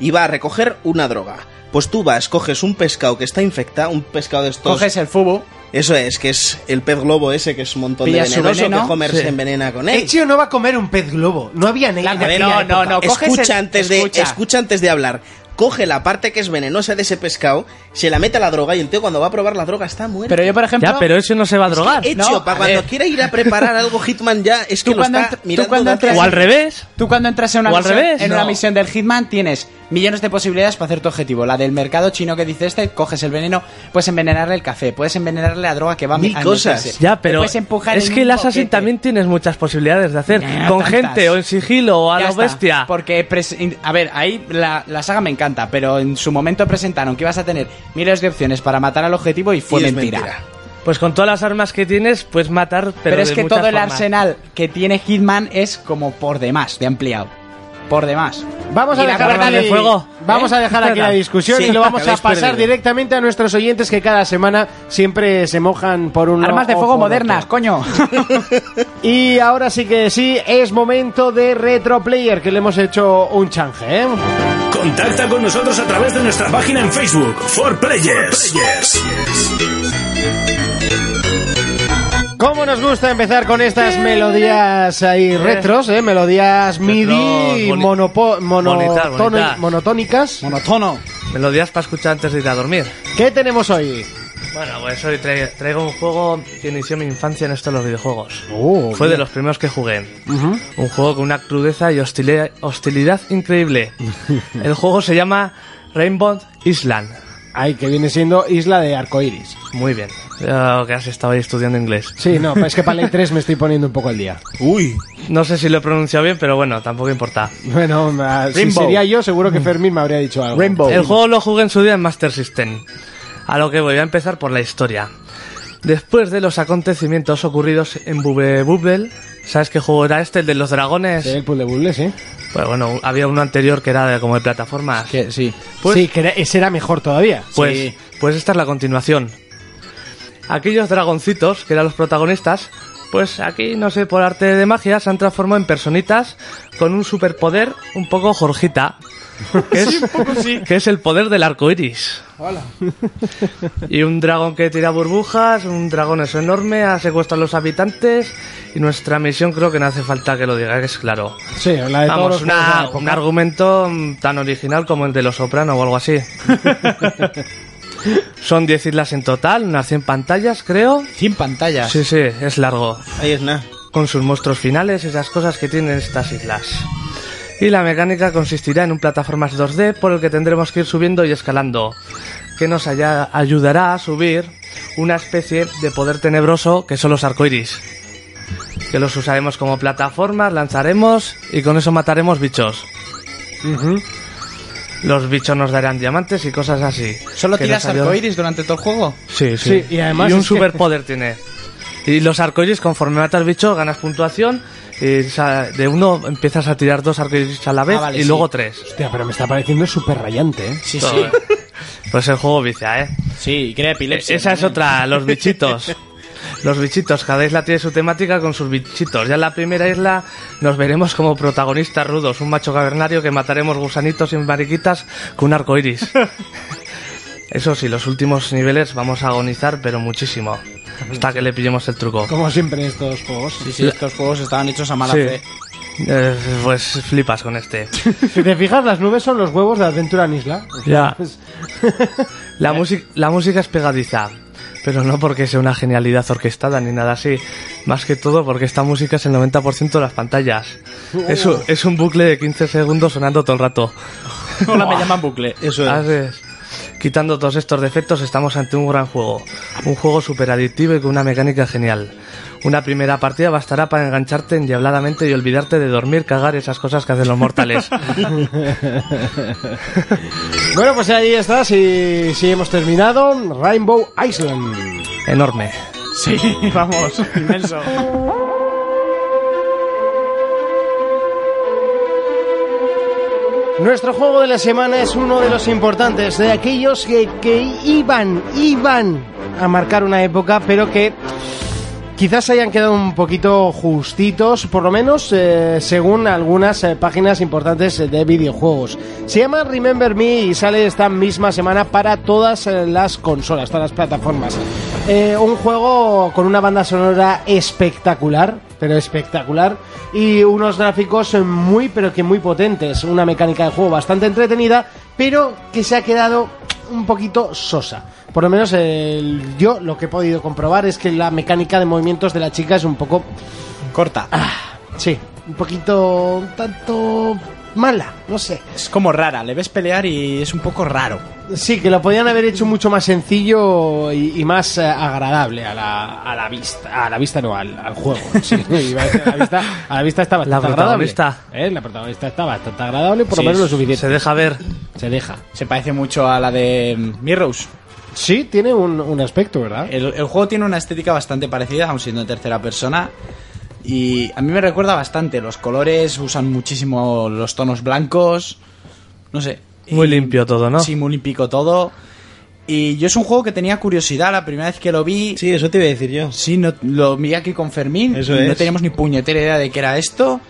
[SPEAKER 6] y va a recoger una droga. Pues tú vas, coges un pescado que está infectado, un pescado de estos.
[SPEAKER 4] Coges el fubo.
[SPEAKER 6] Eso es, que es el pez globo ese que es un montón
[SPEAKER 4] Pillas
[SPEAKER 6] de
[SPEAKER 4] su
[SPEAKER 6] venenoso
[SPEAKER 4] veneno,
[SPEAKER 6] que Homer
[SPEAKER 4] sí.
[SPEAKER 6] se envenena
[SPEAKER 5] ¿eh?
[SPEAKER 6] con él.
[SPEAKER 2] Ezio no va a comer un pez globo. No había ni
[SPEAKER 4] La-
[SPEAKER 2] en aquella
[SPEAKER 4] no, no,
[SPEAKER 2] época.
[SPEAKER 4] no, coges
[SPEAKER 6] escucha,
[SPEAKER 4] el-
[SPEAKER 6] antes de,
[SPEAKER 4] escucha.
[SPEAKER 6] escucha. antes de hablar. Coge la parte que es venenosa de ese pescado, se la mete a la droga y el tío cuando va a probar la droga está muerto.
[SPEAKER 4] Pero yo, por ejemplo...
[SPEAKER 5] Ya, pero eso no se va a drogar.
[SPEAKER 6] Hecho,
[SPEAKER 4] No,
[SPEAKER 6] para
[SPEAKER 4] a
[SPEAKER 6] cuando
[SPEAKER 4] ver.
[SPEAKER 6] quiera ir a preparar algo Hitman ya, es
[SPEAKER 4] Tú
[SPEAKER 6] que lo
[SPEAKER 4] cuando
[SPEAKER 6] está
[SPEAKER 4] entr- tú
[SPEAKER 6] mirando
[SPEAKER 4] cuando
[SPEAKER 6] de hace-
[SPEAKER 4] entras-
[SPEAKER 5] O al revés.
[SPEAKER 4] Tú cuando entras en, una
[SPEAKER 5] O al
[SPEAKER 4] misión,
[SPEAKER 5] revés.
[SPEAKER 4] en una
[SPEAKER 5] No.
[SPEAKER 4] misión del Hitman tienes millones de posibilidades para hacer tu objetivo. La del mercado chino que dice este, coges el veneno, puedes envenenarle el café, puedes envenenarle la droga que va a
[SPEAKER 6] Mil
[SPEAKER 4] a
[SPEAKER 6] cosas.
[SPEAKER 4] meterse.
[SPEAKER 5] Ya,
[SPEAKER 4] Te
[SPEAKER 5] pero
[SPEAKER 4] puedes empujar
[SPEAKER 5] es
[SPEAKER 4] en
[SPEAKER 5] que
[SPEAKER 4] un
[SPEAKER 5] el Assassin
[SPEAKER 4] boquete.
[SPEAKER 5] también tienes muchas posibilidades de hacer.
[SPEAKER 4] Ya,
[SPEAKER 5] con
[SPEAKER 4] tantas.
[SPEAKER 5] gente o en sigilo o a
[SPEAKER 4] Ya
[SPEAKER 5] la
[SPEAKER 4] está,
[SPEAKER 5] bestia.
[SPEAKER 4] Porque, pres- in- a ver, ahí la, la saga me encanta, pero en su momento presentaron que ibas a tener miles de opciones para matar al objetivo y fue
[SPEAKER 6] Y es
[SPEAKER 4] mentira.
[SPEAKER 6] mentira.
[SPEAKER 5] Pues con todas las armas que tienes, puedes matar, pero,
[SPEAKER 4] Pero, es
[SPEAKER 5] de
[SPEAKER 4] que
[SPEAKER 5] muchas
[SPEAKER 4] todo el
[SPEAKER 5] formas.
[SPEAKER 4] arsenal que tiene Hitman es como por demás, de ampliado. Por demás.
[SPEAKER 2] Vamos a
[SPEAKER 4] Y la
[SPEAKER 2] dejar
[SPEAKER 4] arma
[SPEAKER 2] aquí,
[SPEAKER 5] de fuego.
[SPEAKER 2] Vamos
[SPEAKER 5] ¿Eh?
[SPEAKER 2] a dejar aquí
[SPEAKER 5] Espera.
[SPEAKER 2] la discusión
[SPEAKER 6] Sí,
[SPEAKER 2] y lo vamos a
[SPEAKER 6] habéis
[SPEAKER 2] pasar
[SPEAKER 6] perdido.
[SPEAKER 2] directamente a nuestros oyentes que cada semana siempre se mojan por un
[SPEAKER 4] Armas de
[SPEAKER 2] ojo
[SPEAKER 4] fuego
[SPEAKER 2] roto.
[SPEAKER 4] modernas, coño.
[SPEAKER 2] Y ahora sí que sí, es momento de Retro Player, que le hemos hecho un chanje, ¿eh?
[SPEAKER 1] Contacta con nosotros a través de nuestra página en Facebook, For Players.
[SPEAKER 2] ¿Cómo nos gusta empezar con estas melodías ahí retros, ¿eh? Melodías MIDI,
[SPEAKER 5] boni-
[SPEAKER 2] monopo- mono-
[SPEAKER 5] bonitas,
[SPEAKER 2] tono-
[SPEAKER 5] bonitas.
[SPEAKER 2] monotónicas.
[SPEAKER 4] Monotono.
[SPEAKER 5] Melodías para escuchar antes de ir a dormir.
[SPEAKER 2] ¿Qué tenemos hoy?
[SPEAKER 5] Bueno, pues hoy tra- traigo un juego que inició mi infancia en esto de los videojuegos. Fue de los primeros que jugué. Un juego con una crudeza y hostile- hostilidad increíble. el juego se llama Rainbow Island.
[SPEAKER 2] Ay, que viene siendo Isla de Arcoiris.
[SPEAKER 5] Muy bien. Yo que has estado ahí estudiando inglés.
[SPEAKER 2] Sí, no, pues es que para el 3 me estoy poniendo un poco al día.
[SPEAKER 5] No sé si lo he pronunciado bien, pero bueno, tampoco importa.
[SPEAKER 2] Bueno, ah, si
[SPEAKER 4] Rainbow.
[SPEAKER 2] sería yo, seguro que Fermín me habría dicho algo.
[SPEAKER 4] Rainbow.
[SPEAKER 5] El juego lo jugué en su día en Master System. A lo que voy a empezar por la historia. Después de los acontecimientos ocurridos en Bube Bubble, ¿sabes qué juego era este? El de los dragones.
[SPEAKER 2] Sí, el pool de bubles, ¿eh?
[SPEAKER 5] Pues bueno, había uno anterior que era de- como de plataformas.
[SPEAKER 4] Que, Eh, sí.
[SPEAKER 5] Pues-
[SPEAKER 2] sí, que era- ese era mejor todavía.
[SPEAKER 5] Pues,
[SPEAKER 4] Sí.
[SPEAKER 5] pues esta es la continuación. Aquellos dragoncitos, que eran los protagonistas, pues aquí, no sé, por arte de magia, se han transformado en personitas con un superpoder un poco Jorgita. Que es, que es el poder del arco iris. Y un dragón que tira burbujas, un dragón eso enorme, ha secuestrado a los habitantes. Y nuestra misión creo que no hace falta que lo diga, que es claro.
[SPEAKER 2] Sí, la de todos
[SPEAKER 5] Vamos,
[SPEAKER 2] los juegos de la
[SPEAKER 5] una-
[SPEAKER 2] época.
[SPEAKER 5] un argumento mm, tan original como el de Los Soprano o algo así. Son 10 islas en total, unas 100 pantallas, creo.
[SPEAKER 4] 100 pantallas.
[SPEAKER 5] Sí, sí, es largo.
[SPEAKER 6] Ahí es nada.
[SPEAKER 5] Con sus monstruos finales, esas cosas que tienen estas islas. Y la mecánica consistirá en un plataformas 2D por el que tendremos que ir subiendo y escalando, que nos haya- ayudará a subir una especie de poder tenebroso que son los arcoiris, que los usaremos como plataformas, lanzaremos y con eso mataremos bichos. Los bichos nos darán diamantes y cosas así.
[SPEAKER 4] ¿Solo
[SPEAKER 5] que
[SPEAKER 4] tiras
[SPEAKER 5] nos ayudan-
[SPEAKER 4] arcoiris durante todo el juego?
[SPEAKER 5] Sí,
[SPEAKER 2] Sí,
[SPEAKER 5] sí.
[SPEAKER 2] y además
[SPEAKER 5] un
[SPEAKER 2] es que-
[SPEAKER 5] superpoder tiene. Y los arcoiris, conforme matas bicho, ganas puntuación. Y sa- de uno empiezas a tirar dos arcoiris a la vez
[SPEAKER 4] Ah, vale,
[SPEAKER 5] y
[SPEAKER 4] sí.
[SPEAKER 5] luego tres.
[SPEAKER 2] Hostia, pero me está pareciendo súper rayante, ¿eh?
[SPEAKER 4] Sí,
[SPEAKER 5] Todo, eh. Pues el juego vicia, ¿eh?
[SPEAKER 4] Sí, crea epilepsia.
[SPEAKER 5] Esa es otra, los bichitos. Los bichitos, cada isla tiene su temática con sus bichitos. Ya en la primera isla nos veremos como protagonistas rudos, un macho cavernario que mataremos gusanitos y mariquitas con un arco iris. Eso sí, los últimos niveles vamos a agonizar, pero muchísimo. Hasta que le pillemos el truco.
[SPEAKER 2] Como siempre en estos juegos.
[SPEAKER 4] Sí, sí, estos juegos estaban hechos a mala
[SPEAKER 5] Sí.
[SPEAKER 4] fe.
[SPEAKER 5] Eh, pues flipas con este.
[SPEAKER 2] Si te fijas, las nubes son los huevos de Aventura en Isla. pues-
[SPEAKER 5] Ya. La, música la música es pegadiza, pero no porque sea una genialidad orquestada ni nada así. Más que todo porque esta música es el 90% de las pantallas.
[SPEAKER 2] Uh.
[SPEAKER 5] Es, un, es un bucle de 15 segundos sonando todo el rato.
[SPEAKER 4] Hola, me llaman bucle.
[SPEAKER 6] Eso es.
[SPEAKER 5] Así es. Quitando todos estos defectos, estamos ante un gran juego. Un juego super adictivo y con una mecánica genial. Una primera partida bastará para engancharte endiabladamente y olvidarte de dormir, cagar y esas cosas que hacen los mortales.
[SPEAKER 2] Bueno, pues ahí está, si, si hemos terminado. Rainbow Island.
[SPEAKER 5] Enorme.
[SPEAKER 4] Sí, vamos, inmenso.
[SPEAKER 2] Nuestro juego de la semana es uno de los importantes, de aquellos que, que iban, iban a marcar una época, pero que quizás hayan quedado un poquito justitos, por lo menos eh, según algunas eh, páginas importantes eh, de videojuegos. Se llama Remember Me y sale esta misma semana para todas eh, las consolas, todas las plataformas. Eh, un juego con una banda sonora espectacular, pero espectacular, y unos gráficos eh, muy, pero que muy potentes, una mecánica de juego bastante entretenida, pero que se ha quedado un poquito sosa. Por lo menos el- yo lo que he podido comprobar es que la mecánica de movimientos de la chica es un poco,
[SPEAKER 4] Corta.
[SPEAKER 2] sí, un poquito, un tanto mala, no sé.
[SPEAKER 4] Es como rara, le ves pelear y es un poco raro.
[SPEAKER 2] Sí, que lo podían haber hecho mucho más sencillo y, y más eh, agradable a la, a la vista. A la vista no, al, al juego. Sí, iba a decir a la vista, a la vista está
[SPEAKER 5] La
[SPEAKER 2] bastante agradable.
[SPEAKER 5] protagonista.
[SPEAKER 2] ¿eh? La protagonista está bastante agradable, por lo
[SPEAKER 4] Sí,
[SPEAKER 2] menos lo
[SPEAKER 5] Se
[SPEAKER 2] suficiente.
[SPEAKER 5] deja ver.
[SPEAKER 2] Se deja.
[SPEAKER 4] Se parece mucho a la de mm, Mirrors.
[SPEAKER 2] Sí, tiene un, un aspecto, ¿verdad?
[SPEAKER 4] El, el juego tiene una estética bastante parecida, aun siendo en tercera persona. Y a mí me recuerda bastante. Los colores usan muchísimo los tonos blancos. No sé.
[SPEAKER 5] Muy
[SPEAKER 4] Y-
[SPEAKER 5] limpio todo,
[SPEAKER 6] Ah.
[SPEAKER 5] ¿no?
[SPEAKER 4] Sí, muy limpico todo. Y yo es un juego que tenía curiosidad la primera vez que lo vi.
[SPEAKER 6] Sí, eso te iba a decir yo.
[SPEAKER 4] Sí, no- lo vi aquí con Fermín.
[SPEAKER 6] Eso
[SPEAKER 4] y No
[SPEAKER 6] es.
[SPEAKER 4] teníamos ni puñetera idea de qué era esto.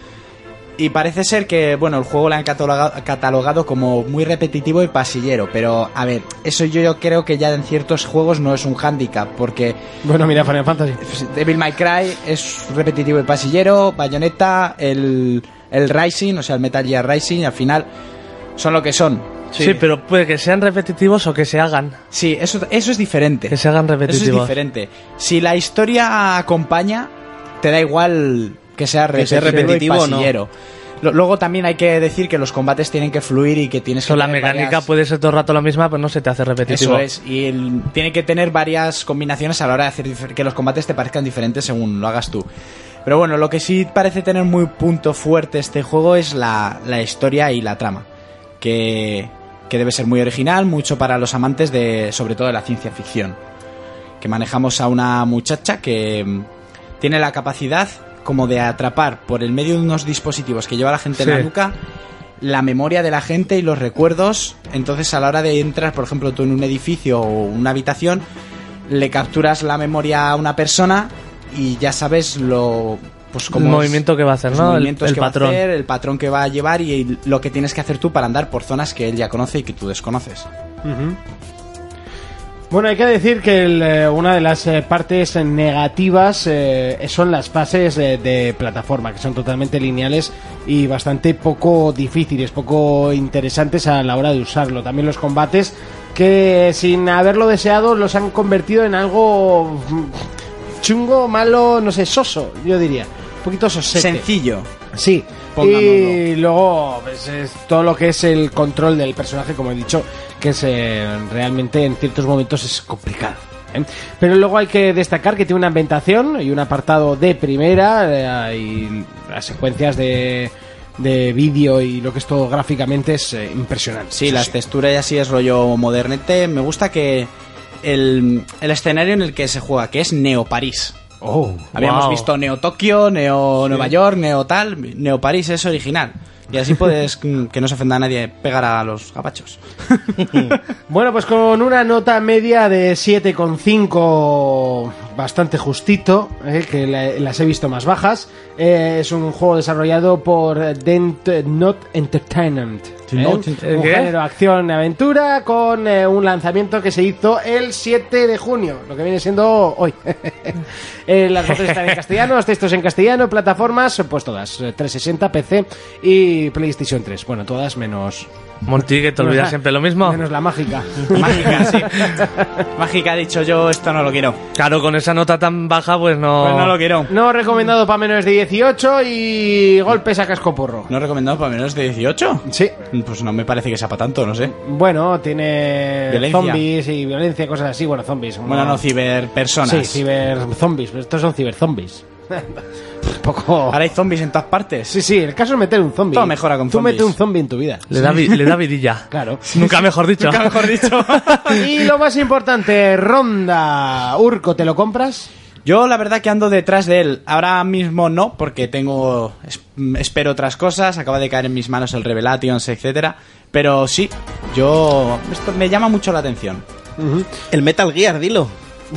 [SPEAKER 4] Y parece ser que, bueno, el juego lo han cataloga- catalogado como muy repetitivo y pasillero. Pero, a ver, eso yo, yo creo que ya en ciertos juegos no es un hándicap. Porque
[SPEAKER 2] Bueno, mira Final Fantasy.
[SPEAKER 4] pues, Devil May Cry es repetitivo y pasillero. Bayonetta, el, el Rising, o sea, el Metal Gear Rising, al final son lo que son.
[SPEAKER 5] Sí. pero puede que sean repetitivos o que se hagan.
[SPEAKER 4] Sí, eso, eso es diferente.
[SPEAKER 5] Que se hagan
[SPEAKER 4] Eso es
[SPEAKER 5] repetitivos.
[SPEAKER 4] diferente. Si la historia acompaña, te da igual que sea
[SPEAKER 6] Que sea
[SPEAKER 4] repetitivo,
[SPEAKER 6] repetitivo
[SPEAKER 4] y
[SPEAKER 6] o no.
[SPEAKER 4] pasillero. Lo- Luego también hay que decir que los combates tienen que fluir y que tienes
[SPEAKER 5] Eso,
[SPEAKER 4] que
[SPEAKER 5] la
[SPEAKER 4] tener
[SPEAKER 5] mecánica
[SPEAKER 4] varias-
[SPEAKER 5] puede ser todo el rato la misma, pero no se te hace repetitivo.
[SPEAKER 4] Eso es, y el- tiene que tener varias combinaciones a la hora de hacer difer- que los combates te parezcan diferentes según lo hagas tú. Pero bueno, lo que sí parece tener muy punto fuerte este juego es la, la historia y la trama, que, que debe ser muy original, mucho para los amantes de, sobre todo de la ciencia ficción. Que manejamos a una muchacha que mm, tiene la capacidad como de atrapar por el medio de unos dispositivos que lleva la gente en la
[SPEAKER 5] Sí.
[SPEAKER 4] nuca la memoria de la gente y los recuerdos. Entonces, a la hora de entrar, por ejemplo, tú en un edificio o una habitación, le capturas la memoria a una persona y ya sabes lo. Pues como
[SPEAKER 5] El movimiento que va a hacer,
[SPEAKER 4] los
[SPEAKER 5] ¿no? El-
[SPEAKER 4] movimientos
[SPEAKER 5] el
[SPEAKER 4] que va a
[SPEAKER 5] patrón.
[SPEAKER 4] hacer, el patrón que va a llevar y lo que tienes que hacer tú para andar por zonas que él ya conoce y que tú desconoces.
[SPEAKER 2] Ujú. Bueno, hay que decir que el, eh, una de las eh, partes negativas eh, son las fases eh, de plataforma, que son totalmente lineales y bastante poco difíciles, poco interesantes a la hora de usarlo. También los combates que sin haberlo deseado los han convertido en algo mm, chungo, malo, no sé, soso, yo diría. Un poquito sosete.
[SPEAKER 4] Sencillo.
[SPEAKER 2] Sí,
[SPEAKER 4] Pongámoslo.
[SPEAKER 2] y luego pues, es todo lo que es el control del personaje, como he dicho, que es eh, realmente en ciertos momentos es complicado. ¿eh? Pero luego hay que destacar que tiene una ambientación y un apartado de primera eh, y las secuencias de, de vídeo y lo que es todo gráficamente es eh, impresionante.
[SPEAKER 4] Sí,
[SPEAKER 2] Eso
[SPEAKER 4] las texturas y así es rollo modernete. Me gusta que el, el escenario en el que se juega, que es Neo París.
[SPEAKER 2] Oh.
[SPEAKER 4] Habíamos
[SPEAKER 5] Wow.
[SPEAKER 4] visto Neo Tokio, Neo Nueva York, Neo tal, Neo París es original. Y así puedes mm, que no se ofenda a nadie pegar a los gabachos.
[SPEAKER 2] Bueno, pues con una nota media de 7,5 bastante justito, eh, que la- las he visto más bajas. Eh, es un juego desarrollado por Dent Not Entertainment. ¿eh?
[SPEAKER 5] Not Ent-
[SPEAKER 2] Un
[SPEAKER 5] ¿Qué?
[SPEAKER 2] género acción-aventura con eh, un lanzamiento que se hizo el 7 de junio, lo que viene siendo hoy. Eh, las voces están en castellano, los textos en castellano, plataformas, pues todas, eh, 360, PC y PlayStation 3. Bueno, todas menos
[SPEAKER 5] Monty, que te olvidas siempre lo mismo.
[SPEAKER 2] Menos la mágica.
[SPEAKER 4] Mágica, sí. Mágica ha dicho yo, esto no lo quiero.
[SPEAKER 5] Claro, con esa nota tan baja, pues no.
[SPEAKER 4] Pues no lo quiero.
[SPEAKER 2] No recomendado para menores de 18 y golpes a casco porro.
[SPEAKER 4] ¿No he recomendado para menores de 18?
[SPEAKER 2] Sí.
[SPEAKER 4] Pues no me parece que sea para tanto, no sé.
[SPEAKER 2] Bueno, tiene
[SPEAKER 4] Violencia.
[SPEAKER 2] zombies y violencia, cosas así. Bueno, zombies.
[SPEAKER 4] Bueno, no, ciberpersonas.
[SPEAKER 2] Sí, ciberzombies. Pero estos son ciberzombies. Un poco...
[SPEAKER 4] Ahora hay zombies en todas partes.
[SPEAKER 2] Sí, sí, el caso es meter un zombie.
[SPEAKER 4] Todo mejora con
[SPEAKER 2] Tú
[SPEAKER 4] zombies.
[SPEAKER 2] mete un zombie en tu vida.
[SPEAKER 5] Le da, vi- le da vidilla.
[SPEAKER 2] Claro.
[SPEAKER 5] Nunca mejor dicho.
[SPEAKER 4] Nunca mejor dicho.
[SPEAKER 2] Y lo más importante, ronda. Urco, ¿te lo compras?
[SPEAKER 4] Yo la verdad que ando detrás de él. Ahora mismo no, porque tengo es- espero otras cosas. Acaba de caer en mis manos el Revelations, etcétera. Pero sí, yo esto me llama mucho la atención.
[SPEAKER 6] El Metal Gear, dilo.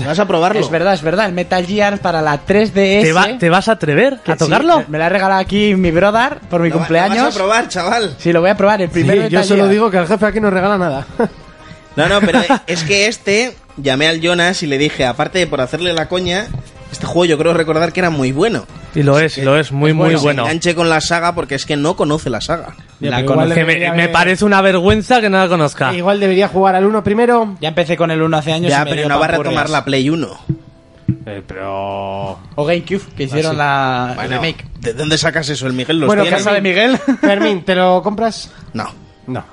[SPEAKER 6] Vas a probarlo.
[SPEAKER 4] Es verdad, es verdad. El Metal Gear para la 3DS.
[SPEAKER 5] ¿Te, va- ¿Te vas a atrever
[SPEAKER 4] Que
[SPEAKER 5] a
[SPEAKER 4] sí,
[SPEAKER 5] tocarlo?
[SPEAKER 4] me la ha regalado aquí mi brother por mi
[SPEAKER 6] Lo va-
[SPEAKER 4] cumpleaños.
[SPEAKER 6] lo vas a probar, chaval.
[SPEAKER 4] Sí, lo voy a probar. El primero.
[SPEAKER 2] Sí,
[SPEAKER 4] Metal
[SPEAKER 2] yo solo
[SPEAKER 4] Gear.
[SPEAKER 2] digo que al jefe aquí no regala nada.
[SPEAKER 6] No, no, pero es que este, llamé al Jonas y le dije, aparte de por hacerle la coña, este juego yo creo recordar que era muy bueno.
[SPEAKER 5] Y lo es, lo es, muy, muy bueno.
[SPEAKER 6] Se enganche con la saga porque es que no conoce la saga.
[SPEAKER 2] Ya,
[SPEAKER 4] La
[SPEAKER 2] pero
[SPEAKER 4] conozco.
[SPEAKER 2] igual
[SPEAKER 5] Que me,
[SPEAKER 2] debería
[SPEAKER 5] me
[SPEAKER 2] haber-
[SPEAKER 5] parece una vergüenza que no la conozca.
[SPEAKER 2] Igual debería jugar al uno primero.
[SPEAKER 4] Ya empecé con el 1 hace años. y
[SPEAKER 6] Ya,
[SPEAKER 4] me
[SPEAKER 6] pero
[SPEAKER 4] dio
[SPEAKER 6] no va a
[SPEAKER 4] pampurrias.
[SPEAKER 6] retomar la Play 1.
[SPEAKER 2] pero...
[SPEAKER 4] O GameCube, que hicieron la
[SPEAKER 6] Ah, sí.
[SPEAKER 4] el
[SPEAKER 6] Bueno,
[SPEAKER 4] remake.
[SPEAKER 6] ¿De dónde sacas eso? ¿El Miguel los
[SPEAKER 2] Bueno,
[SPEAKER 6] tiene?
[SPEAKER 4] Casa de Miguel.
[SPEAKER 2] Fermín, ¿te lo compras?
[SPEAKER 6] No.
[SPEAKER 2] No.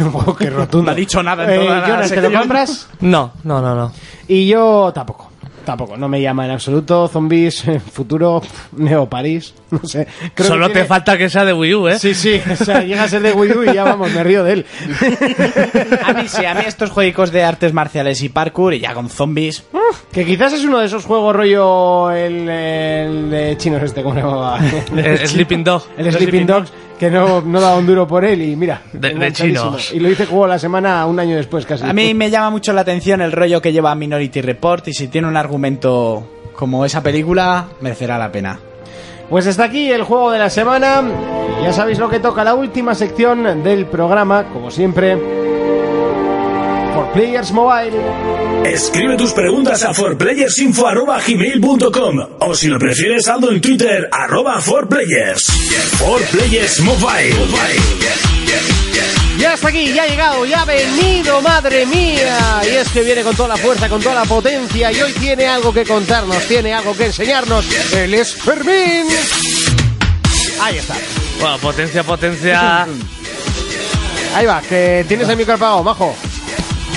[SPEAKER 2] Un poco que rotundo.
[SPEAKER 4] No ha dicho nada en
[SPEAKER 2] Eh,
[SPEAKER 4] toda la
[SPEAKER 2] Jonas, ¿te lo
[SPEAKER 4] sección.
[SPEAKER 2] compras?
[SPEAKER 5] No, no, no, no.
[SPEAKER 2] Y yo tampoco. Tampoco, no me llama en absoluto. Zombies, eh, futuro, pf, Neo París. No sé. Creo
[SPEAKER 5] Solo
[SPEAKER 2] que
[SPEAKER 5] te
[SPEAKER 2] tiene-
[SPEAKER 5] falta que sea de Wii U, ¿eh?
[SPEAKER 2] Sí, sí, o sea, llega a ser de Wii U y ya vamos, me río de él.
[SPEAKER 4] A mí sí, a mí estos juegos de artes marciales y parkour y ya con zombies.
[SPEAKER 2] Que quizás es uno de esos juegos rollo el, el de chinos este, ¿cómo se llamaba?
[SPEAKER 5] Eh, Sleeping Dog.
[SPEAKER 2] El Sleeping Dogs, que no, no da un duro por él y mira,
[SPEAKER 5] De- de
[SPEAKER 2] enganchadísimo.
[SPEAKER 5] chinos.
[SPEAKER 2] Y lo hice juego la semana un año después casi.
[SPEAKER 4] A mí me llama mucho la atención el rollo que lleva Minority Report y si tiene un argumento como esa película, merecerá la pena.
[SPEAKER 2] Pues hasta aquí el juego de la semana. Ya sabéis lo que toca, la última sección del programa, como siempre. For Players Mobile.
[SPEAKER 1] Escribe tus preguntas a forplayersinfo@gmail.com o si lo prefieres saldo en Twitter arroba forplayers. Forplayers Mobile.
[SPEAKER 2] Ya está aquí, ya ha llegado, ya ha venido, madre mía. Y es que viene con toda la fuerza, con toda la potencia. Y hoy tiene algo que contarnos, tiene algo que enseñarnos. Él es Fermín. Ahí está.
[SPEAKER 5] Bueno, potencia, potencia.
[SPEAKER 2] Ahí va, que tienes el micro apagado, majo.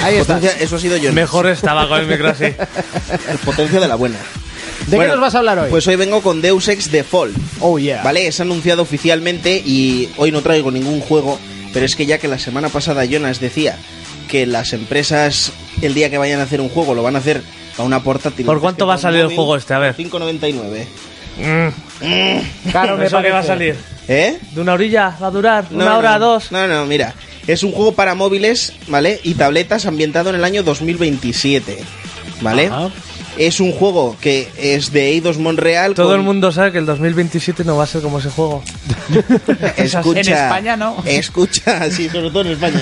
[SPEAKER 2] Ahí está.
[SPEAKER 6] Potencia- eso ha sido yo.
[SPEAKER 5] Mejor estaba con el micro así.
[SPEAKER 6] El potencia de la buena.
[SPEAKER 2] ¿De qué nos vas a hablar hoy?
[SPEAKER 6] Pues hoy vengo con Deus Ex Default.
[SPEAKER 2] oh yeah.
[SPEAKER 6] Vale, es anunciado oficialmente y hoy no traigo ningún juego, pero es que ya que la semana pasada Jonas decía que las empresas el día que vayan a hacer un juego lo van a hacer para una portátil.
[SPEAKER 5] ¿Por
[SPEAKER 6] antes
[SPEAKER 5] cuánto
[SPEAKER 6] que
[SPEAKER 5] va a
[SPEAKER 6] para un
[SPEAKER 5] salir el
[SPEAKER 6] móvil,
[SPEAKER 5] juego este? A ver.
[SPEAKER 6] 5.99.
[SPEAKER 2] Claro, me
[SPEAKER 5] ¿Eso que va a
[SPEAKER 2] parece.
[SPEAKER 5] salir?
[SPEAKER 6] ¿Eh?
[SPEAKER 5] ¿De una orilla? ¿Va a durar?
[SPEAKER 6] No,
[SPEAKER 5] ¿Una hora?
[SPEAKER 6] no.
[SPEAKER 5] ¿Dos?
[SPEAKER 6] No, no, mira. Es un juego para móviles, ¿vale? Y tabletas ambientado en el año 2027. ¿Vale? Es un juego que es de Eidos Monreal.
[SPEAKER 5] Todo
[SPEAKER 6] con-
[SPEAKER 5] el mundo sabe que el 2027 no va a ser como ese juego.
[SPEAKER 6] Escucha,
[SPEAKER 4] En España, ¿no?
[SPEAKER 6] Escucha, sí, sobre todo en España.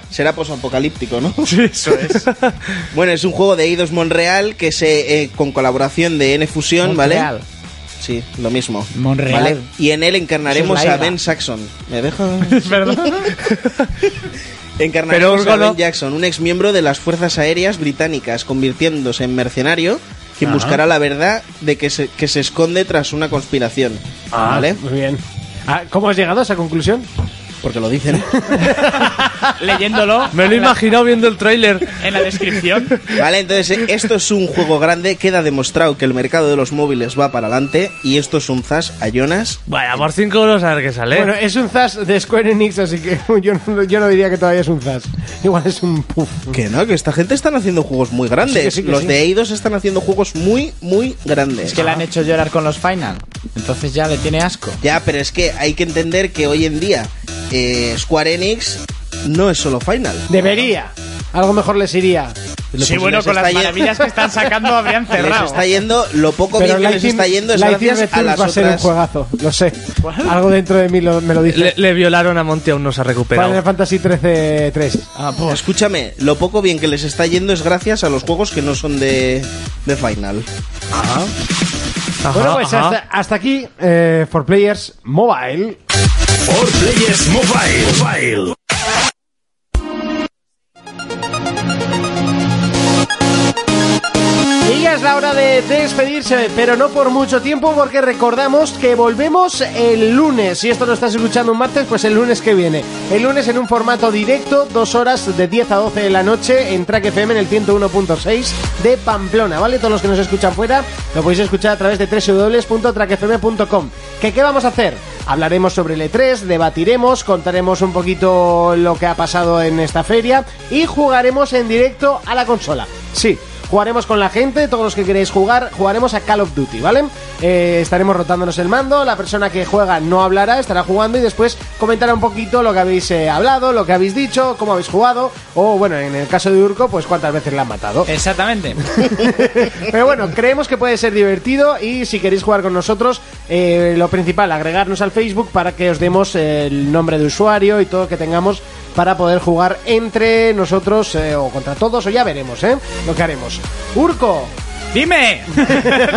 [SPEAKER 6] Será posapocalíptico, ¿no? eso es. bueno, es un juego de Eidos Monreal que se eh, con colaboración de N Fusion, ¿vale?
[SPEAKER 4] Monreal.
[SPEAKER 6] Sí, lo mismo.
[SPEAKER 4] Monreal.
[SPEAKER 6] ¿Vale? Y en él encarnaremos
[SPEAKER 4] Eso es la
[SPEAKER 6] a
[SPEAKER 4] Ega.
[SPEAKER 6] Ben Saxon. ¿Me dejas?
[SPEAKER 5] ¿Verdad? Pero
[SPEAKER 6] Encarnaremos a
[SPEAKER 5] Urgo
[SPEAKER 6] Ben
[SPEAKER 5] no.
[SPEAKER 6] Jackson, un ex miembro de las Fuerzas Aéreas Británicas, convirtiéndose en mercenario quien buscará la verdad de que se, que se esconde tras una conspiración.
[SPEAKER 2] Ah,
[SPEAKER 6] ¿Vale?
[SPEAKER 2] Muy bien. Ah, ¿Cómo has llegado a esa conclusión?
[SPEAKER 6] Porque lo dicen.
[SPEAKER 2] Ah,
[SPEAKER 4] Leyéndolo
[SPEAKER 5] Me lo he imaginado viendo el tráiler.
[SPEAKER 2] Eh,
[SPEAKER 4] en la descripción.
[SPEAKER 6] Vale, entonces eh, esto es un juego grande, queda demostrado que el mercado de los móviles va para adelante y esto es un zas a Jonas.
[SPEAKER 5] Vaya, por 5 euros a ver qué sale.
[SPEAKER 2] Bueno, eh, es un Zas de Square Enix, así que yo no, yo no diría que todavía es un Zas. Igual es un puff.
[SPEAKER 6] Que no, que esta gente están haciendo juegos muy grandes.
[SPEAKER 2] Sí, que sí, que
[SPEAKER 6] los
[SPEAKER 2] sí.
[SPEAKER 6] de Eidos están haciendo juegos muy, muy grandes.
[SPEAKER 4] Es que le han hecho llorar con los Final. Entonces ya le tiene asco.
[SPEAKER 6] Ya, pero es que hay que entender que hoy en día eh, Square Enix no es solo Final.
[SPEAKER 2] Debería. Algo mejor les iría.
[SPEAKER 6] Pues les está ye-
[SPEAKER 4] que están sacando habrían
[SPEAKER 6] Les está yendo, lo poco
[SPEAKER 2] Pero
[SPEAKER 6] bien que les
[SPEAKER 2] Lightning-
[SPEAKER 6] está yendo es
[SPEAKER 2] Lightning
[SPEAKER 6] gracias a
[SPEAKER 2] Returns
[SPEAKER 6] las
[SPEAKER 2] va a ser un
[SPEAKER 6] otras.
[SPEAKER 2] juegazo, lo sé. Algo dentro de mí lo- me lo dice.
[SPEAKER 5] le, le violaron a Monty, aún no se ha
[SPEAKER 2] Final
[SPEAKER 5] recuperado.
[SPEAKER 2] Fantasy 13 3.
[SPEAKER 6] Escúchame, lo poco bien que les está yendo es gracias a los juegos que no son de, de Final.
[SPEAKER 5] Ajá,
[SPEAKER 2] Bueno, pues
[SPEAKER 5] ajá.
[SPEAKER 2] hasta, hasta aquí eh, For Players Mobile.
[SPEAKER 1] Forplayers Mobile.
[SPEAKER 2] hora de despedirse, pero no por mucho tiempo, porque recordamos que volvemos el lunes. Si esto lo estás escuchando un martes, pues el lunes que viene. El lunes en un formato directo, dos horas de 10 a 12 de la noche en Track FM en el 101.6 de Pamplona, ¿vale? Todos los que nos escuchan fuera lo podéis escuchar a través de www.trackfm.com. ¿Que qué vamos a hacer? Hablaremos sobre el E3, debatiremos, contaremos un poquito lo que ha pasado en esta feria y jugaremos en directo a la consola. Sí, Jugaremos con la gente, todos los que queréis jugar, jugaremos a Call of Duty, ¿vale? Eh, estaremos rotándonos el mando, la persona que juega no hablará, estará jugando y después comentará un poquito lo que habéis eh, hablado, lo que habéis dicho, cómo habéis jugado, o bueno, en el caso de Urco, pues cuántas veces la han matado.
[SPEAKER 4] Exactamente.
[SPEAKER 2] Pero bueno, creemos que puede ser divertido y si queréis jugar con nosotros, eh, lo principal, agregarnos al Facebook para que os demos eh, el nombre de usuario y todo lo que tengamos para poder jugar entre nosotros eh, o contra todos o ya veremos, ¿eh? Lo que haremos. Urco,
[SPEAKER 4] ¡Dime! Lo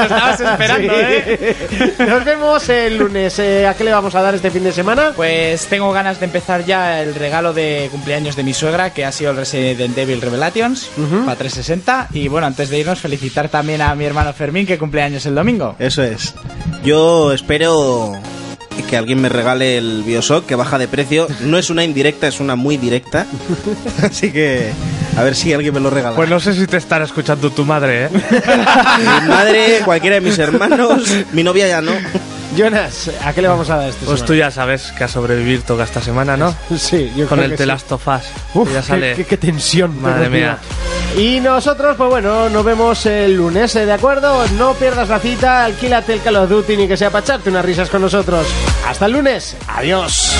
[SPEAKER 4] estabas esperando,
[SPEAKER 2] Sí.
[SPEAKER 4] ¿eh?
[SPEAKER 2] nos vemos el lunes. Eh, ¿A qué le vamos a dar este fin de semana?
[SPEAKER 4] Pues tengo ganas de empezar ya el regalo de cumpleaños de mi suegra, que ha sido el Resident Evil Revelations para 360. Y bueno, antes de irnos, felicitar también a mi hermano Fermín, que cumpleaños el domingo.
[SPEAKER 6] Eso es. Yo espero que alguien me regale el Bioshock que baja de precio. No es una indirecta, es una muy directa. Así que a ver si alguien me lo regala.
[SPEAKER 5] Pues no sé si te estará escuchando tu madre, ¿eh?
[SPEAKER 6] Mi madre, cualquiera de mis hermanos, mi novia ya no.
[SPEAKER 2] Jonas, ¿a qué le vamos a dar este
[SPEAKER 5] Pues tú ya sabes que ha sobrevivido toda esta semana, ¿no?
[SPEAKER 2] Sí, yo Pues
[SPEAKER 5] Con
[SPEAKER 2] creo
[SPEAKER 5] el
[SPEAKER 2] que
[SPEAKER 5] The
[SPEAKER 2] sí.
[SPEAKER 5] Last of Us. que
[SPEAKER 2] Uf,
[SPEAKER 5] ya sale.
[SPEAKER 2] Qué, qué- qué tensión,
[SPEAKER 5] Madre mía.
[SPEAKER 2] Y nosotros, pues bueno, nos vemos el lunes, ¿eh? ¿de acuerdo? No pierdas la cita, alquílate el Call of Duty ni que sea para echarte unas risas con nosotros. Hasta el lunes, adiós.